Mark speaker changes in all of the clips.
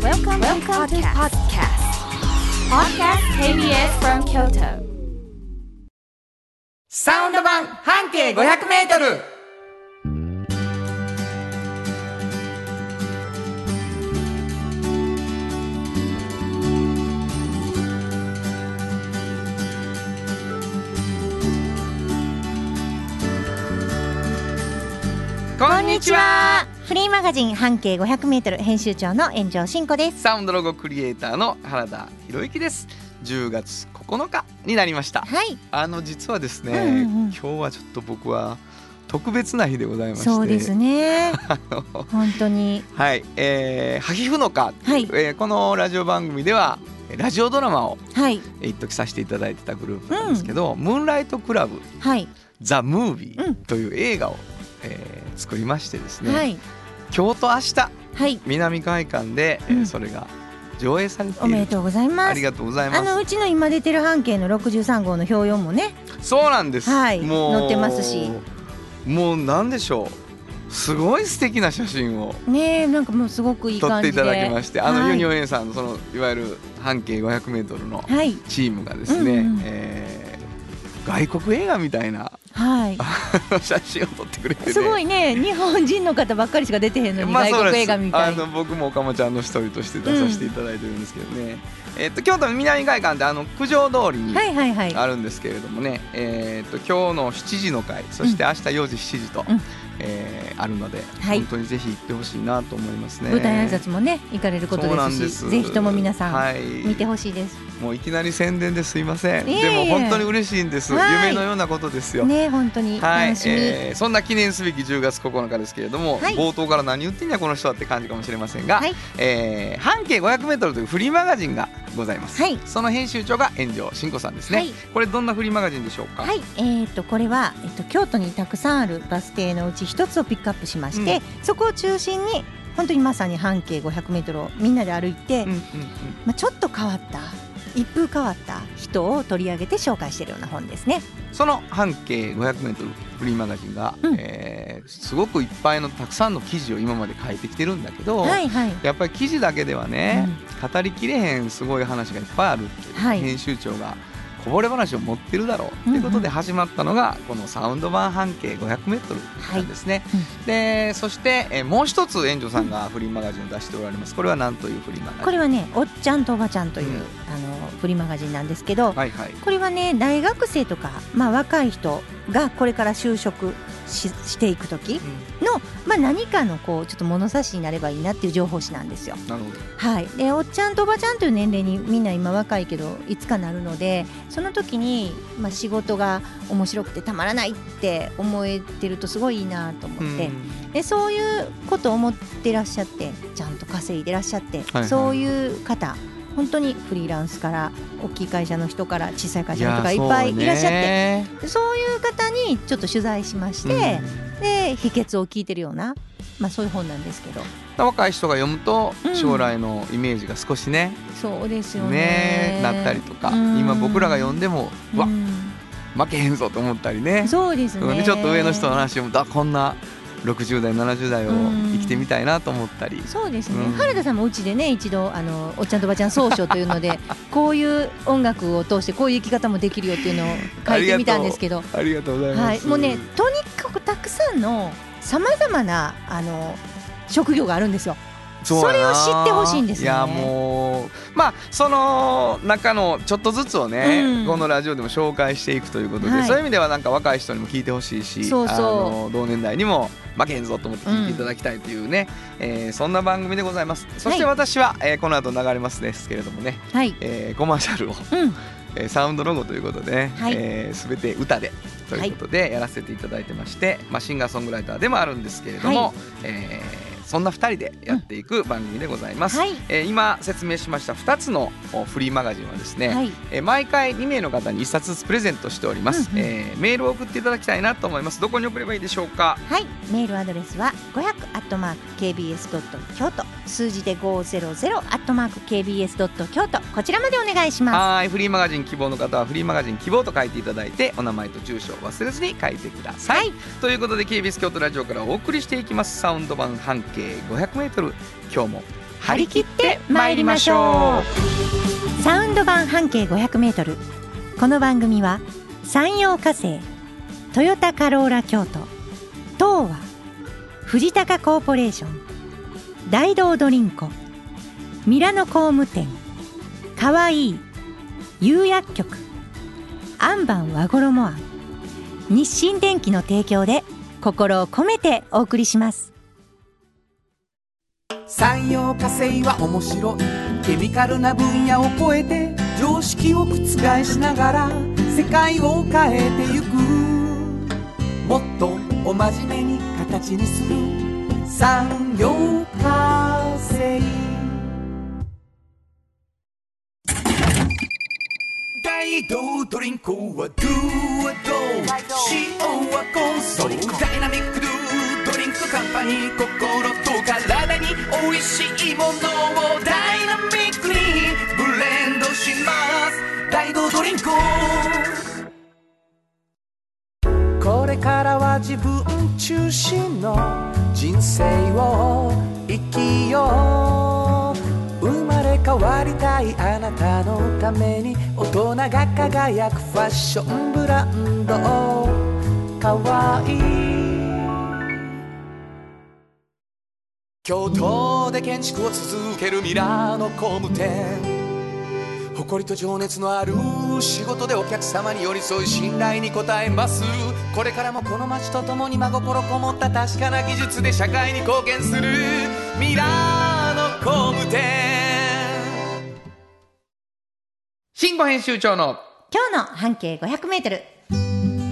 Speaker 1: Welcome, Welcome to podcast. Podcast KBS from Kyoto.
Speaker 2: サウンド版半径500メートルこんにちは
Speaker 3: フリーマガジン半径500メートル編集長の炎上真子です。
Speaker 2: サウンドロゴクリエイターの原田博之です10月9日になりました
Speaker 3: はい、
Speaker 2: あの実はですね、
Speaker 3: うんうんうん
Speaker 2: 今日はちょっと僕は特別な日でございまして
Speaker 3: そうです ね。
Speaker 2: あの
Speaker 3: 本当に
Speaker 2: はい、えー、ハヒフノカ、
Speaker 3: はい
Speaker 2: えーこのラジオ番組ではラジオドラマを
Speaker 3: はい
Speaker 2: えー一時させていただいてたグループなんですけど、ムーンライトクラブ
Speaker 3: はい
Speaker 2: ザムービ
Speaker 3: う
Speaker 2: ー
Speaker 3: ん
Speaker 2: という映画を、えー作りましてですね、
Speaker 3: はい
Speaker 2: 今日と明日
Speaker 3: はい
Speaker 2: 南海館で、えー
Speaker 3: うん
Speaker 2: それが上映されている
Speaker 3: おめでとうござい
Speaker 2: あ
Speaker 3: ま
Speaker 2: り
Speaker 3: す。
Speaker 2: がとうござい
Speaker 3: あ
Speaker 2: ま
Speaker 3: のうちの今出てる半径の63号の表4もね、
Speaker 2: すそうなんです、
Speaker 3: はい
Speaker 2: もう
Speaker 3: 載ってますし
Speaker 2: もうなんでしょうすごい素敵な写真を
Speaker 3: ねえなんかもうすごくいい
Speaker 2: 撮っ
Speaker 3: 感
Speaker 2: て
Speaker 3: じ
Speaker 2: い
Speaker 3: で。
Speaker 2: ただきましてあの
Speaker 3: はい
Speaker 2: ユニオンエンさんのそのいわゆる半径 500m の
Speaker 3: はい
Speaker 2: チームがですね、
Speaker 3: うんうん
Speaker 2: えー外国映画みたいな
Speaker 3: はい。
Speaker 2: 写真を撮ってくれて、ね、
Speaker 3: すごいね日本人の方ばっかりしか出てへんのに
Speaker 2: まあそう
Speaker 3: 外
Speaker 2: です
Speaker 3: 国映画みたい
Speaker 2: あの
Speaker 3: な。
Speaker 2: 僕もおかまちゃんの一人として出させていただいてるんですけどね、えっと京都の南海岸ってあの九条通りに
Speaker 3: はいはいはい。
Speaker 2: あるんですけれどもね、えっと今日の7時の回そして明日4時7時と、
Speaker 3: うん
Speaker 2: えーあるので、
Speaker 3: はい
Speaker 2: 本当にぜひ行ってほしいなと思いますね
Speaker 3: 舞台挨拶もね行かれること
Speaker 2: そうな
Speaker 3: で
Speaker 2: ん
Speaker 3: す
Speaker 2: で
Speaker 3: し
Speaker 2: す
Speaker 3: ぜひとも皆さん
Speaker 2: はい、
Speaker 3: 見てほしいです。
Speaker 2: もういきなり宣伝ですいません
Speaker 3: いえいえ
Speaker 2: でも本当に嬉しいんです
Speaker 3: はい
Speaker 2: 夢のようなことですよ、
Speaker 3: ね本当に
Speaker 2: はい
Speaker 3: 楽、しみ。
Speaker 2: えー、そんな記念すべき10月9日ですけれども、
Speaker 3: はい
Speaker 2: 冒頭から何言ってんやこの人はって感じかもしれませんが、
Speaker 3: はい
Speaker 2: えー半径 500m というフリーマガジンがございます、
Speaker 3: はい
Speaker 2: その編集長が炎上真子さんですね、
Speaker 3: はい
Speaker 2: これどんなフリーマガジンでしょうか、
Speaker 3: はい、えー、とこれは、えっと京都にたくさんあるバス停のうち一つをピックアップしまして、そこを中心に本当にまさに半径 500m をみんなで歩いて、
Speaker 2: うんうんうん
Speaker 3: まあ、ちょっと変わった一風変わった人を取り上げて紹介しているような本ですね。
Speaker 2: その半径 500m フリーマガジンが、
Speaker 3: うん
Speaker 2: えーすごくいっぱいのたくさんの記事を今まで書いてきてるんだけど、
Speaker 3: はいはい
Speaker 2: やっぱり記事だけではね、語りきれへんすごい話がいっぱいあるって、
Speaker 3: はい
Speaker 2: 編集長がこぼれ話を持ってるだろうっていうことで始まったのが、このサウンド版半径 500m なんですね、でそして、えーもう一つ園長さんがフリーマガジンを出しておられますこれは何というフリーマガジン
Speaker 3: これはね「おっちゃんとおばちゃん」という、
Speaker 2: うん
Speaker 3: あのフリーマガジンなんですけど、
Speaker 2: はいはい
Speaker 3: これはね大学生とか、まあ、若い人がこれから就職ししていく時の、まあ、何かのこうちょっと物差しになればいいなっていう情報誌なんですよ。
Speaker 2: なるほど
Speaker 3: はい、でおっちゃんとおばちゃんという年齢にみんな今若いけどいつかなるのでその時に、まあ、仕事が面白くてたまらないって思えてるとすごいいいなと思って、でそういうこと思ってらっしゃってちゃんと稼いでらっしゃって、
Speaker 2: はい
Speaker 3: そういう方本当にフリーランスから大きい会社の人から小さい会社の人
Speaker 2: や
Speaker 3: がいっぱ
Speaker 2: そう
Speaker 3: い
Speaker 2: ね
Speaker 3: いらっしゃってそう,、いう方にちょっと取材しまして、
Speaker 2: うん
Speaker 3: で秘訣を聞いてるような、まあ、そういう本なんですけど
Speaker 2: 若い人が読むと
Speaker 3: うん
Speaker 2: 将来のイメージが少しね、
Speaker 3: そうですよね
Speaker 2: ねなったりとか、
Speaker 3: うん
Speaker 2: 今僕らが読んでも、うわ
Speaker 3: うん
Speaker 2: 負けへんぞと思ったりね
Speaker 3: そうです
Speaker 2: うん
Speaker 3: ね。
Speaker 2: ちょっと上の人の話をあこんな60代70代を生きてみたいなと思ったり、
Speaker 3: そうですね、
Speaker 2: うん
Speaker 3: 原田さんもうちでね一度あのおっちゃんとおばちゃん総称というの でこういう音楽を通してこういう生き方もできるよっていうのを書いてみたんですけど、
Speaker 2: ありがとうございま
Speaker 3: はい、
Speaker 2: す、
Speaker 3: もうねとにかくたくさんのさまざまなあの職業があるんですよ。
Speaker 2: うやな
Speaker 3: それを知ってほしいんですよね
Speaker 2: いやもうまあその中のちょっとずつをね、
Speaker 3: うん
Speaker 2: このラジオでも紹介していくということで、
Speaker 3: はい
Speaker 2: そういう意味ではなんか若い人にも聞いてほしいし
Speaker 3: そうそう
Speaker 2: あの同年代にも負けへんぞと思って聞いていただきたいというね、えーそんな番組でございますそして私は、えーこの後流れますですけれどもね、
Speaker 3: はい、
Speaker 2: えーコマーシャルを
Speaker 3: うん、
Speaker 2: えーサウンドロゴということでね、
Speaker 3: はい
Speaker 2: えー、全て歌でということでやらせていただいてまして、まあ、シンガーソングライターでもあるんですけれども、
Speaker 3: は
Speaker 2: えーそんな2人でやっていく番組でございます、
Speaker 3: はい
Speaker 2: えー今説明しました2つのおフリーマガジンはですね、
Speaker 3: はい、
Speaker 2: えー毎回2名の方に1冊ずつプレゼントしております、
Speaker 3: うんうん
Speaker 2: えーメールを送っていただきたいなと思いますどこに送ればいいでしょうか
Speaker 3: はい、メールアドレスは500アットマーク kbs ドット京都数字で500アットマーク kbs ドット京都こちらまでお願いしま
Speaker 2: はいフリーマガジン希望の方はフリーマガジン希望と書いていただいてお名前と住所を忘れずに書いてください、ということで KBS 京都ラジオからお送りしていきますサウンド版半径 500m 今日も張り切って
Speaker 3: ま
Speaker 2: 参
Speaker 3: い
Speaker 2: り
Speaker 3: り
Speaker 2: ま
Speaker 3: ま
Speaker 2: し
Speaker 3: し
Speaker 2: ょ
Speaker 3: ょ
Speaker 2: う
Speaker 3: うサウンド版半径 500m この番組は山陽火星トヨタカローラ京都東和藤高コーポレーション大道ドリンコミラノ工務店かわいい釉薬局アンバン和衣庵日清電機の提供で心を込めてお送りします
Speaker 4: 産業化成は面白いケミカルな分野を超えて常識を覆しながら世界を変えてゆくもっとお真面目に形にする産業化成大道ドリンクはドゥはドゥ塩はコンソリダイナミックドゥドリンクカンパニー心と体に美味しいものをダイナミックにブレンドします大道ドリンクこれからは自分中心の人生を生きよう生まれ変わりたいあなたのために大人が輝くファッションブランドかわいい京都で建築を続けるミラノ工務店誇りと情熱のある仕事でお客様に寄り添い信頼に応えますこれからもこの街とともに真心こもった確かな技術で社会に貢献するミラーの工務店
Speaker 2: 慎吾編集長の
Speaker 3: 今日の半径 500m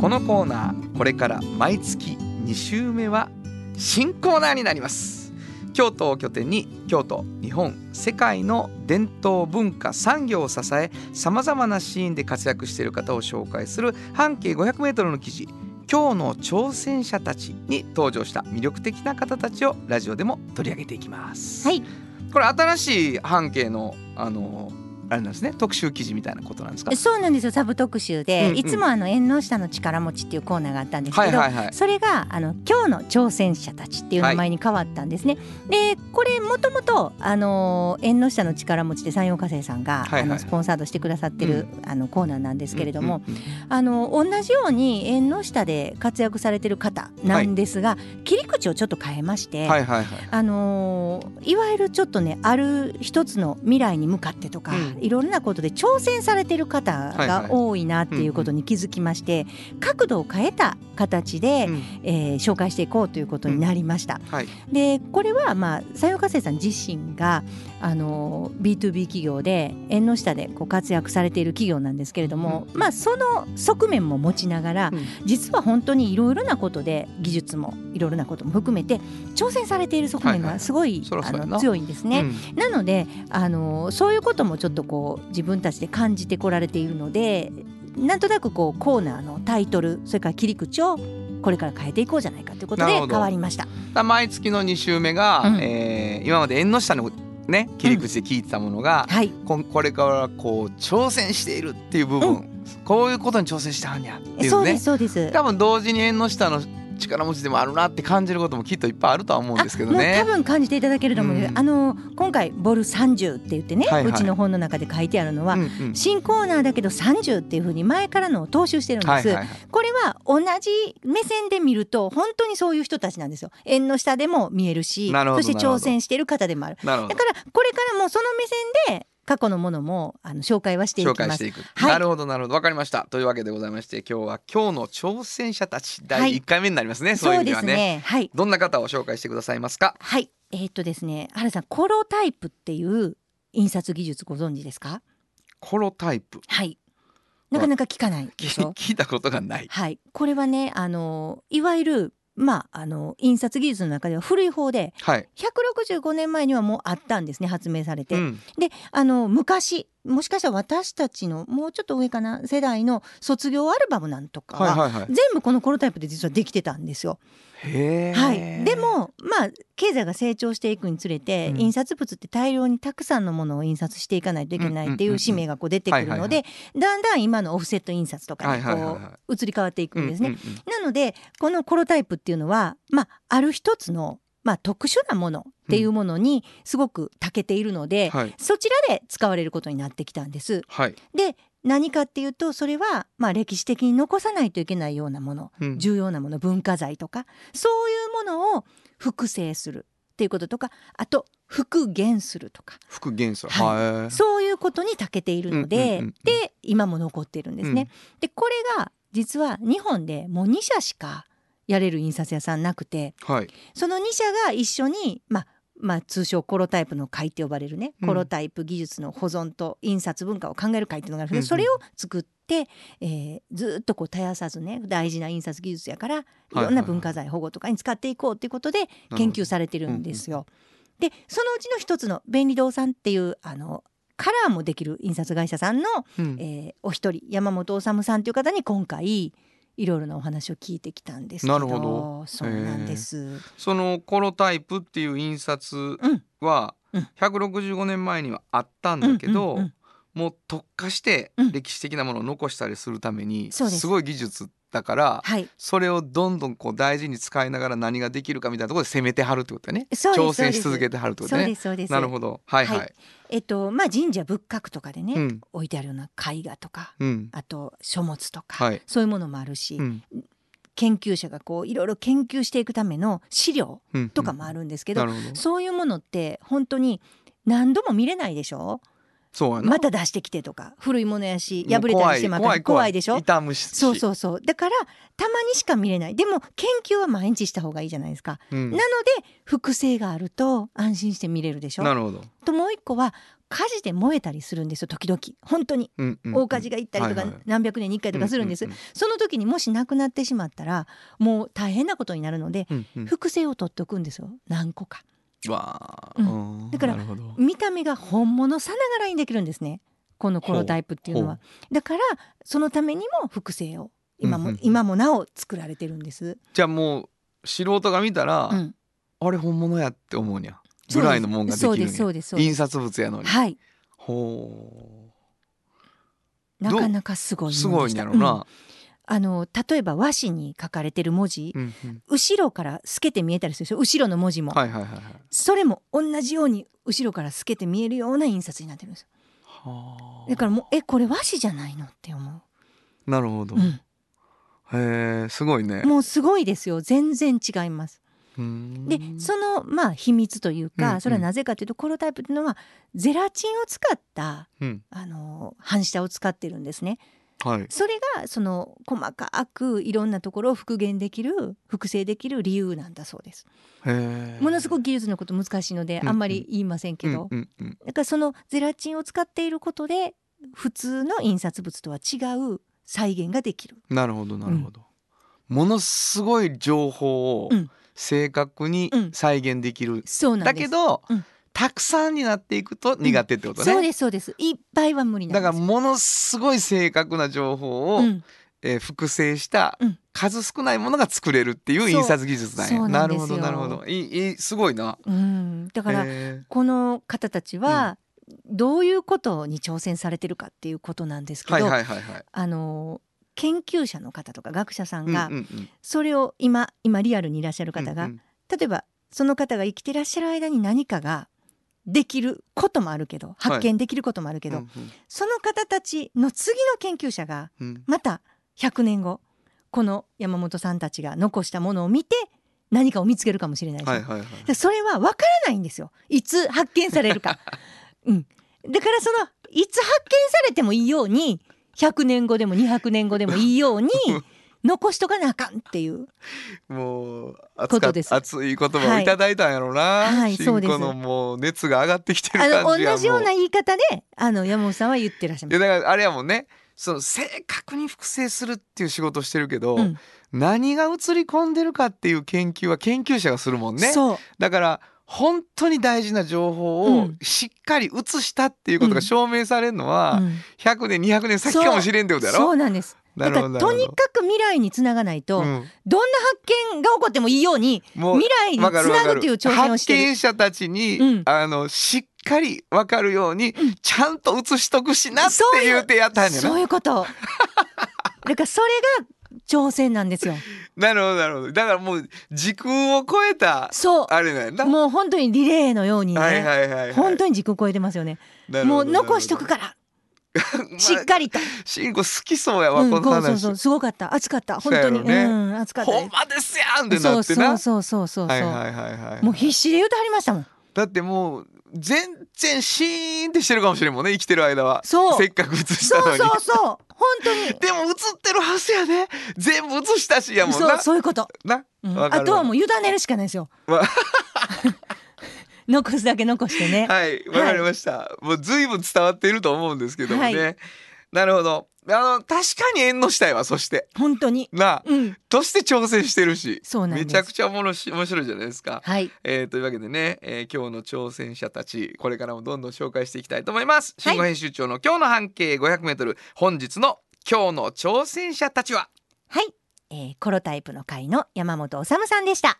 Speaker 2: このコーナーこれから毎月2週目は新コーナーになります京都を拠点に京都日本世界の伝統文化産業を支えさまざまなシーンで活躍している方を紹介する半径 500m の記事「今日の挑戦者たち」に登場した魅力的な方たちをラジオでも取り上げていきます。
Speaker 3: はい
Speaker 2: これ新しい半径のあのあれなんですね特集記事みたいなことなんですか
Speaker 3: そうなんですよサブ特集で、
Speaker 2: うんうん
Speaker 3: いつもあの縁の下の力持ちっていうコーナーがあったんですけど、
Speaker 2: はいはいはい
Speaker 3: それがあの今日の挑戦者たちっていう名前に変わったんですね。でこれもともとあの縁の下の力持ちで山陽火星さんが、
Speaker 2: はいはい
Speaker 3: あのスポンサードしてくださってる、あのコーナーなんですけれども、
Speaker 2: うんうんうん
Speaker 3: あの同じように縁の下で活躍されてる方なんですが、切り口をちょっと変えまして。
Speaker 2: はいはいはい
Speaker 3: あのーいわゆるちょっとねある一つの未来に向かってとか、
Speaker 2: うん
Speaker 3: いろんなことで挑戦されてる方
Speaker 2: はいはい
Speaker 3: が多いなっていうことに気づきまして、角度を変えた形で、
Speaker 2: うん
Speaker 3: えー紹介していこうということになりました。
Speaker 2: はい
Speaker 3: でこれはまあ採用家生さん自身が、あのー B2B 企業で縁の下でこう活躍されている企業なんですけれども、
Speaker 2: うん
Speaker 3: まあ、その側面も持ちながら、
Speaker 2: うん
Speaker 3: 実は本当にいろいろなことで技術もいろいろなことも含めて挑戦されている側面
Speaker 2: はいはい
Speaker 3: がすごい、
Speaker 2: そらそうやな
Speaker 3: あの強いんですね。なのであのそういうこともちょっとこう自分たちで感じてこられているのでなんとなくこうコーナーのタイトルそれから切り口をこれから変えていこうじゃないかということで変
Speaker 2: なるほど
Speaker 3: わりました。
Speaker 2: だから毎月の2週目が、
Speaker 3: うん
Speaker 2: えー今まで縁の下のね切り口で聞いてたものが、
Speaker 3: はい、
Speaker 2: こんこれからこう挑戦しているっていう部分、
Speaker 3: う
Speaker 2: こういうことに挑戦してはんやってい
Speaker 3: そううで
Speaker 2: ね
Speaker 3: すそうです。
Speaker 2: 多分同時に縁の下の力持ちでもあるなって感じることもきっといっぱいあるとは思うんですけど
Speaker 3: あもう多
Speaker 2: ね。
Speaker 3: 分感じていただけると思うけど、
Speaker 2: うん
Speaker 3: あの今回ボル30って言ってね、
Speaker 2: はいはいう
Speaker 3: ちの本の中で書いてあるのは、
Speaker 2: うんうん
Speaker 3: 新コーナーだけど30っていうふうに前からのを踏襲してるんです、
Speaker 2: はいはいはい
Speaker 3: これは同じ目線で見ると本当にそういう人たちなんですよ縁の下でも見えるし
Speaker 2: なるほど
Speaker 3: そして挑戦してる方でもある
Speaker 2: なるほ
Speaker 3: だ
Speaker 2: ど
Speaker 3: からこれからもその目線で過去のものもあの紹介はしていき
Speaker 2: 紹
Speaker 3: ます
Speaker 2: 介していく、
Speaker 3: はい
Speaker 2: なるほどなるほどわかりましたというわけでございまして今日は今日の挑戦者たち第1回目になりますね、そういう
Speaker 3: そ
Speaker 2: 意
Speaker 3: う
Speaker 2: 味で
Speaker 3: で
Speaker 2: は
Speaker 3: す
Speaker 2: ね
Speaker 3: ねはい
Speaker 2: どんな方を紹介してくださいますか
Speaker 3: はいえーっとですね原さんコロタイプっていう印刷技術ご存知ですか
Speaker 2: コロタイプ
Speaker 3: はいなかなか聞かないでしょ
Speaker 2: 聞いたことがない
Speaker 3: はい、これはねあのいわゆる、まあ、あの印刷技術の中では古い方で
Speaker 2: はい、
Speaker 3: 165年前にはもうあったんですね発明されて。
Speaker 2: うん
Speaker 3: であの昔もしかしたら私たちのもうちょっと上かな世代の卒業アルバムなんとかは、
Speaker 2: はいはいはい
Speaker 3: 全部このコロタイプで実はできてたんですよ。
Speaker 2: へえ
Speaker 3: はい、でもまあ経済が成長していくにつれて、
Speaker 2: うん
Speaker 3: 印刷物って大量にたくさんのものを印刷していかないといけないってい
Speaker 2: んうんうんう
Speaker 3: うんう使命がこう出てくる
Speaker 2: はいは
Speaker 3: の
Speaker 2: いは
Speaker 3: でだんだん今のオフセット印刷とかにこ
Speaker 2: はいはいはいう
Speaker 3: 移り変わっていくんですね。
Speaker 2: うんうんうん
Speaker 3: なのでこのコロタイプっていうのは、まあ、ある一つのまあ、特殊なものっていうものにすごく長けているので、
Speaker 2: はい
Speaker 3: そちらで使われることになってきたんです。
Speaker 2: はい、
Speaker 3: で何かっていうとそれはまあ歴史的に残さないといけないようなもの
Speaker 2: うん
Speaker 3: 重要なもの文化財とかそういうものを複製するっていうこととかあと復元するとか
Speaker 2: 復元素
Speaker 3: は
Speaker 2: はい
Speaker 3: そういうことに長けているので、
Speaker 2: うんうんうんうん
Speaker 3: で今も残っているんですね。でこれが実は日本でもう2社しかやれる印刷屋さんなくて
Speaker 2: はい
Speaker 3: その2社が一緒にまあまあ、通称コロタイプの会って呼ばれるね、
Speaker 2: うん
Speaker 3: コロタイプ技術の保存と印刷文化を考える会っていうのがあるんで
Speaker 2: うんうん
Speaker 3: それを作って、えーずーっとこう絶やさずね大事な印刷技術やからい
Speaker 2: い
Speaker 3: ろんな文化財保護とかに使っていこうっていうことで研究されてるんですよ。でそのうちの一つの便利堂さんっていうあのカラーもできる印刷会社さんの、
Speaker 2: うん
Speaker 3: えーお一人山本治さんという方に今回いろいろなお話を聞いてきたんですけど
Speaker 2: なるほど
Speaker 3: そうなんです。
Speaker 2: そのコロタイプっていう印刷
Speaker 3: うん
Speaker 2: は
Speaker 3: うん
Speaker 2: 165年前にはあったんだけ
Speaker 3: うん
Speaker 2: ど、
Speaker 3: うんうん
Speaker 2: もう特化して
Speaker 3: うん
Speaker 2: 歴史的なものを残したりするために
Speaker 3: そうです
Speaker 2: すごい技術だから
Speaker 3: はい
Speaker 2: それをどんどんこう大事に使いながら何ができるかみたいなところで攻めてはるってことだね
Speaker 3: そうです
Speaker 2: 挑戦し続けてはるってこと
Speaker 3: そう
Speaker 2: だ
Speaker 3: で
Speaker 2: ね
Speaker 3: すそうです
Speaker 2: なるほどはいはい、
Speaker 3: はいえっとまあ神社仏閣とかでね、
Speaker 2: うん
Speaker 3: 置いてあるような絵画とか
Speaker 2: うん
Speaker 3: あと書物とか、
Speaker 2: はい
Speaker 3: そういうものもあるし、
Speaker 2: うん
Speaker 3: 研究者がこういろいろ研究していくための資料
Speaker 2: うん
Speaker 3: とかもあるんですけど、
Speaker 2: なるほど
Speaker 3: そういうものって本当に何度も見れないでしょ
Speaker 2: そうやな
Speaker 3: また出してきてとか古いものやし
Speaker 2: もう
Speaker 3: 破れたりしてもあかん
Speaker 2: 怖い怖い
Speaker 3: 怖いでしょ
Speaker 2: 痛むし
Speaker 3: そうそうそうだからたまにしか見れないでも研究は毎日した方がいいじゃないですか、
Speaker 2: うん、
Speaker 3: なので複製があると安心して見れるでしょ
Speaker 2: なるほど、
Speaker 3: ともう一個は火事で燃えたりするんですよ時々本当に
Speaker 2: うんうんうん
Speaker 3: 大火事が行ったりとか、
Speaker 2: はいはい
Speaker 3: 何百年に一回とかするんです、
Speaker 2: うう
Speaker 3: その時にもし亡くなってしまったらもう大変なことになるので
Speaker 2: うんうん
Speaker 3: 複製を取っておくんですよ何個か
Speaker 2: わあ、
Speaker 3: う
Speaker 2: うん
Speaker 3: だから
Speaker 2: なるほど
Speaker 3: 見た目が本物さながらにできるんですねこのコロタイプっていうのは
Speaker 2: ほ
Speaker 3: だからそのためにも複製を今も、
Speaker 2: うんうん
Speaker 3: 今もなお作られてるんです、
Speaker 2: じゃあもう素人が見たら、
Speaker 3: うん、
Speaker 2: あれ本物やって思うにゃ
Speaker 3: そうです
Speaker 2: ぐらいのもんができる
Speaker 3: そうん
Speaker 2: や
Speaker 3: ですそうですそうです
Speaker 2: 印刷物やのに、
Speaker 3: はい
Speaker 2: ほう
Speaker 3: なかなかすご
Speaker 2: ど
Speaker 3: い
Speaker 2: す
Speaker 3: もの
Speaker 2: ご
Speaker 3: でし
Speaker 2: いん
Speaker 3: た
Speaker 2: やろな、
Speaker 3: うんあの例えば和紙に書かれてる文字、
Speaker 2: うんうん
Speaker 3: 後ろから透けて見えたりするでしょ後ろの文字も、
Speaker 2: はいはいはいはい
Speaker 3: それも同じように後ろから透けて見えるような印刷になってるんですよ
Speaker 2: はあ
Speaker 3: だからもうえこれ和紙じゃないのって思
Speaker 2: なるほど、
Speaker 3: う、
Speaker 2: へえすごいね
Speaker 3: うん、もうすごいですよ全然違います
Speaker 2: うん
Speaker 3: でそのまあ秘密というか、
Speaker 2: うん
Speaker 3: それはなぜかというとコロタイプというのはゼラチンを使った
Speaker 2: うん
Speaker 3: あの反射を使ってるんですね
Speaker 2: はい
Speaker 3: それがその細かくいろんなところを復元できる複製できる理由なんだそうです
Speaker 2: へえ
Speaker 3: ものすご
Speaker 2: く
Speaker 3: く技術のこと難しいので
Speaker 2: んうん
Speaker 3: あんまり言いませんけど、
Speaker 2: うんうんうん
Speaker 3: だからそのゼラチンを使っていることで普通の印刷物とは違う再現ができる。
Speaker 2: なるほどなるほど、ものすごい情報を
Speaker 3: うん
Speaker 2: 正確に
Speaker 3: うん
Speaker 2: 再現できる、
Speaker 3: そうなん
Speaker 2: だ
Speaker 3: で
Speaker 2: け
Speaker 3: す。
Speaker 2: ど、
Speaker 3: うん
Speaker 2: たくさんになっていくと苦手ってことね、
Speaker 3: そうですそうです。いっぱいは無理なんで
Speaker 2: だ
Speaker 3: す。
Speaker 2: からものすごい正確な情報を、
Speaker 3: うん、
Speaker 2: えー複製した
Speaker 3: うん
Speaker 2: 数少ないものが作れるっていう印刷技術なんや
Speaker 3: そう
Speaker 2: な
Speaker 3: なんで
Speaker 2: る
Speaker 3: す
Speaker 2: ほ
Speaker 3: よ
Speaker 2: どなるほどいいいいすごいな
Speaker 3: うん、だから
Speaker 2: へ
Speaker 3: この方たちはどういうことに挑戦されてるかっていうことなんです
Speaker 2: ー
Speaker 3: けど、
Speaker 2: はいはいはいはい
Speaker 3: あの研究者の方とか学者さんが
Speaker 2: うんうん
Speaker 3: それを今今リアルにいらっしゃる
Speaker 2: うん
Speaker 3: 方が、
Speaker 2: うんうん
Speaker 3: 例えばその方が生きてらっしゃる間に何かができることもあるけど発見できることもあるけど、
Speaker 2: うん
Speaker 3: その方たちの次の研究者が
Speaker 2: うんうん
Speaker 3: また100年後この山本さんたちが残したものを見て何かを見つけるかもしれないし、
Speaker 2: はいはいはい
Speaker 3: でそれは分からないんですよいつ発見される か。うん、だからそのいつ発見されてもいいように100年後でも200年後でもいいよ うに残しとかなあかんっていう
Speaker 2: もう
Speaker 3: こと
Speaker 2: 熱
Speaker 3: です
Speaker 2: 熱い言葉をいただいたんやろうな、
Speaker 3: はい
Speaker 2: 新
Speaker 3: そうです
Speaker 2: のもう熱が上がってきてる
Speaker 3: あ
Speaker 2: 感じがも
Speaker 3: の
Speaker 2: う
Speaker 3: 同じような言い方であの山本さんは言ってらっしゃい
Speaker 2: い
Speaker 3: ま
Speaker 2: や
Speaker 3: す。
Speaker 2: だからあれやもんねその正確に複製するっていう仕事をしてるけど、
Speaker 3: うん
Speaker 2: 何が映り込んでるかっていう研究は研究者がするもんね
Speaker 3: そう
Speaker 2: だから本当に大事な情報
Speaker 3: う
Speaker 2: を
Speaker 3: ん
Speaker 2: しっかり映したっていうことが証明されるのは、
Speaker 3: うん
Speaker 2: 100年200年先かもしれんってことやろ
Speaker 3: そうなんですだ
Speaker 2: なる
Speaker 3: か
Speaker 2: ほど
Speaker 3: ら
Speaker 2: なるほ
Speaker 3: と
Speaker 2: ど
Speaker 3: にかく未来につながないと、
Speaker 2: うん
Speaker 3: どんな発見が起こってもいいように
Speaker 2: もう
Speaker 3: 未来に
Speaker 2: わか
Speaker 3: つ
Speaker 2: るわ
Speaker 3: な
Speaker 2: か
Speaker 3: ぐ
Speaker 2: る
Speaker 3: という挑戦をして
Speaker 2: 発
Speaker 3: る
Speaker 2: 見者たちに、
Speaker 3: うん
Speaker 2: あのしっかりわかるように、ちゃん と映しとくしなっていう手やったんやな
Speaker 3: そういうことだからそれが挑戦なんですよ。
Speaker 2: なるほどなるほどだからもう時空を超えた
Speaker 3: そう
Speaker 2: あれなんやな
Speaker 3: もう本当にリレーのようにね、
Speaker 2: はいはいはいはい、
Speaker 3: 本当に時空超えてますよね。
Speaker 2: なる
Speaker 3: もう
Speaker 2: ほど
Speaker 3: 残しとくから、
Speaker 2: なるほど
Speaker 3: しっかりと。
Speaker 2: 慎吾好きそうやわ、
Speaker 3: うん、
Speaker 2: この
Speaker 3: こう
Speaker 2: 話
Speaker 3: そうそう、すごかった、暑かった、本当に、
Speaker 2: そうや
Speaker 3: う
Speaker 2: ろ
Speaker 3: ん、暑かった
Speaker 2: ほ
Speaker 3: で
Speaker 2: んまですやんって
Speaker 3: す。
Speaker 2: な
Speaker 3: そう
Speaker 2: って
Speaker 3: そ
Speaker 2: な
Speaker 3: うそうそうそうそう、
Speaker 2: はいはいはいはい
Speaker 3: もう必死で言うてはりましたもん。
Speaker 2: だってもう全然シーンってしてるかもしれんもんね生きてる間は
Speaker 3: そう
Speaker 2: せっかく映したの
Speaker 3: そう
Speaker 2: に
Speaker 3: そう そう、本当に。
Speaker 2: でも映ってるはずやで全部映したしやもん
Speaker 3: そう
Speaker 2: な
Speaker 3: そういうこと。
Speaker 2: な、
Speaker 3: うん
Speaker 2: わかるわ
Speaker 3: あとはもう委ねるしかないですよ。
Speaker 2: わ
Speaker 3: 残すだけ残してね。
Speaker 2: はいわかりました、もう随分伝わっていると思うんですけどもね、
Speaker 3: は
Speaker 2: なるほどあの確かに縁の下やわそして
Speaker 3: 本当に。
Speaker 2: なあ
Speaker 3: うん。
Speaker 2: として挑戦してるし
Speaker 3: そうなんです
Speaker 2: めちゃくちゃおもろし面白いじゃないですか、
Speaker 3: はい。
Speaker 2: えーというわけでね、えー今日の挑戦者たちこれからもどんどん紹介していきたいと思います
Speaker 3: はい
Speaker 2: 新語編集長の今日の半径 500m 本日の今日の挑戦者たちは
Speaker 3: はい。えー、コロタイプの会の山本治さんでした。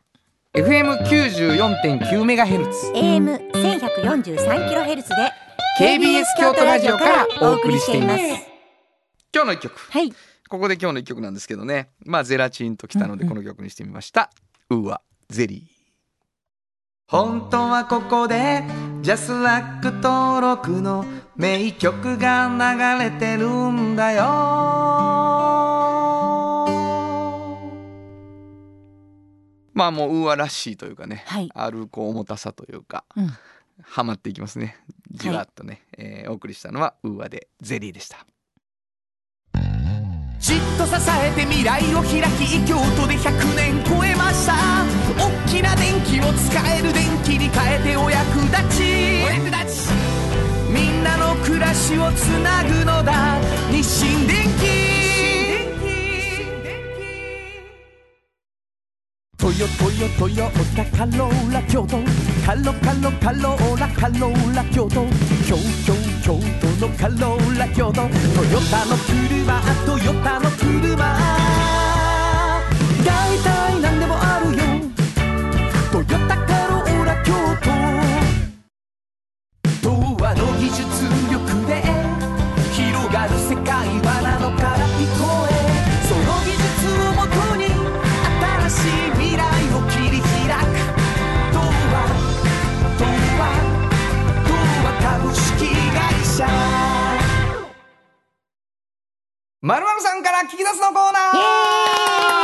Speaker 2: FM94.9MHz
Speaker 3: AM 千百四十三キロヘルツで
Speaker 2: KBS 京都ラジオからお送りしています今日の一曲
Speaker 3: はい。
Speaker 2: ここで今日の一曲なんですけどねまあゼラチンときたので
Speaker 3: うんう
Speaker 2: この曲にしてみました、うわゼリー本当はここでジャスラック登録の名曲が流れてるんだよまあもううわらしいというかね、
Speaker 3: はい
Speaker 2: あるこう重たさというか
Speaker 3: うん。
Speaker 2: ハマっていきますねじわっとね、えーお送りしたのはうわでゼリーでした
Speaker 4: じっと支えて未来を開き京都で100年超えました大きな電気を使える電気に変えてお役立ちお役立ちみんなの暮らしをつなぐのだ日清電気トヨトヨトヨタカローラ京都カロカロカローラカローラ京都京京京都のカローラ京都トヨタの車トヨタの車だいたいなんでもあるよトヨタカローラ京都童話の技術力で広がる世界はなのから聞こえその技術をもとに新しい未来を切り開く童話童話童話株式会社
Speaker 2: まるまるさんから聞き出すのコーナ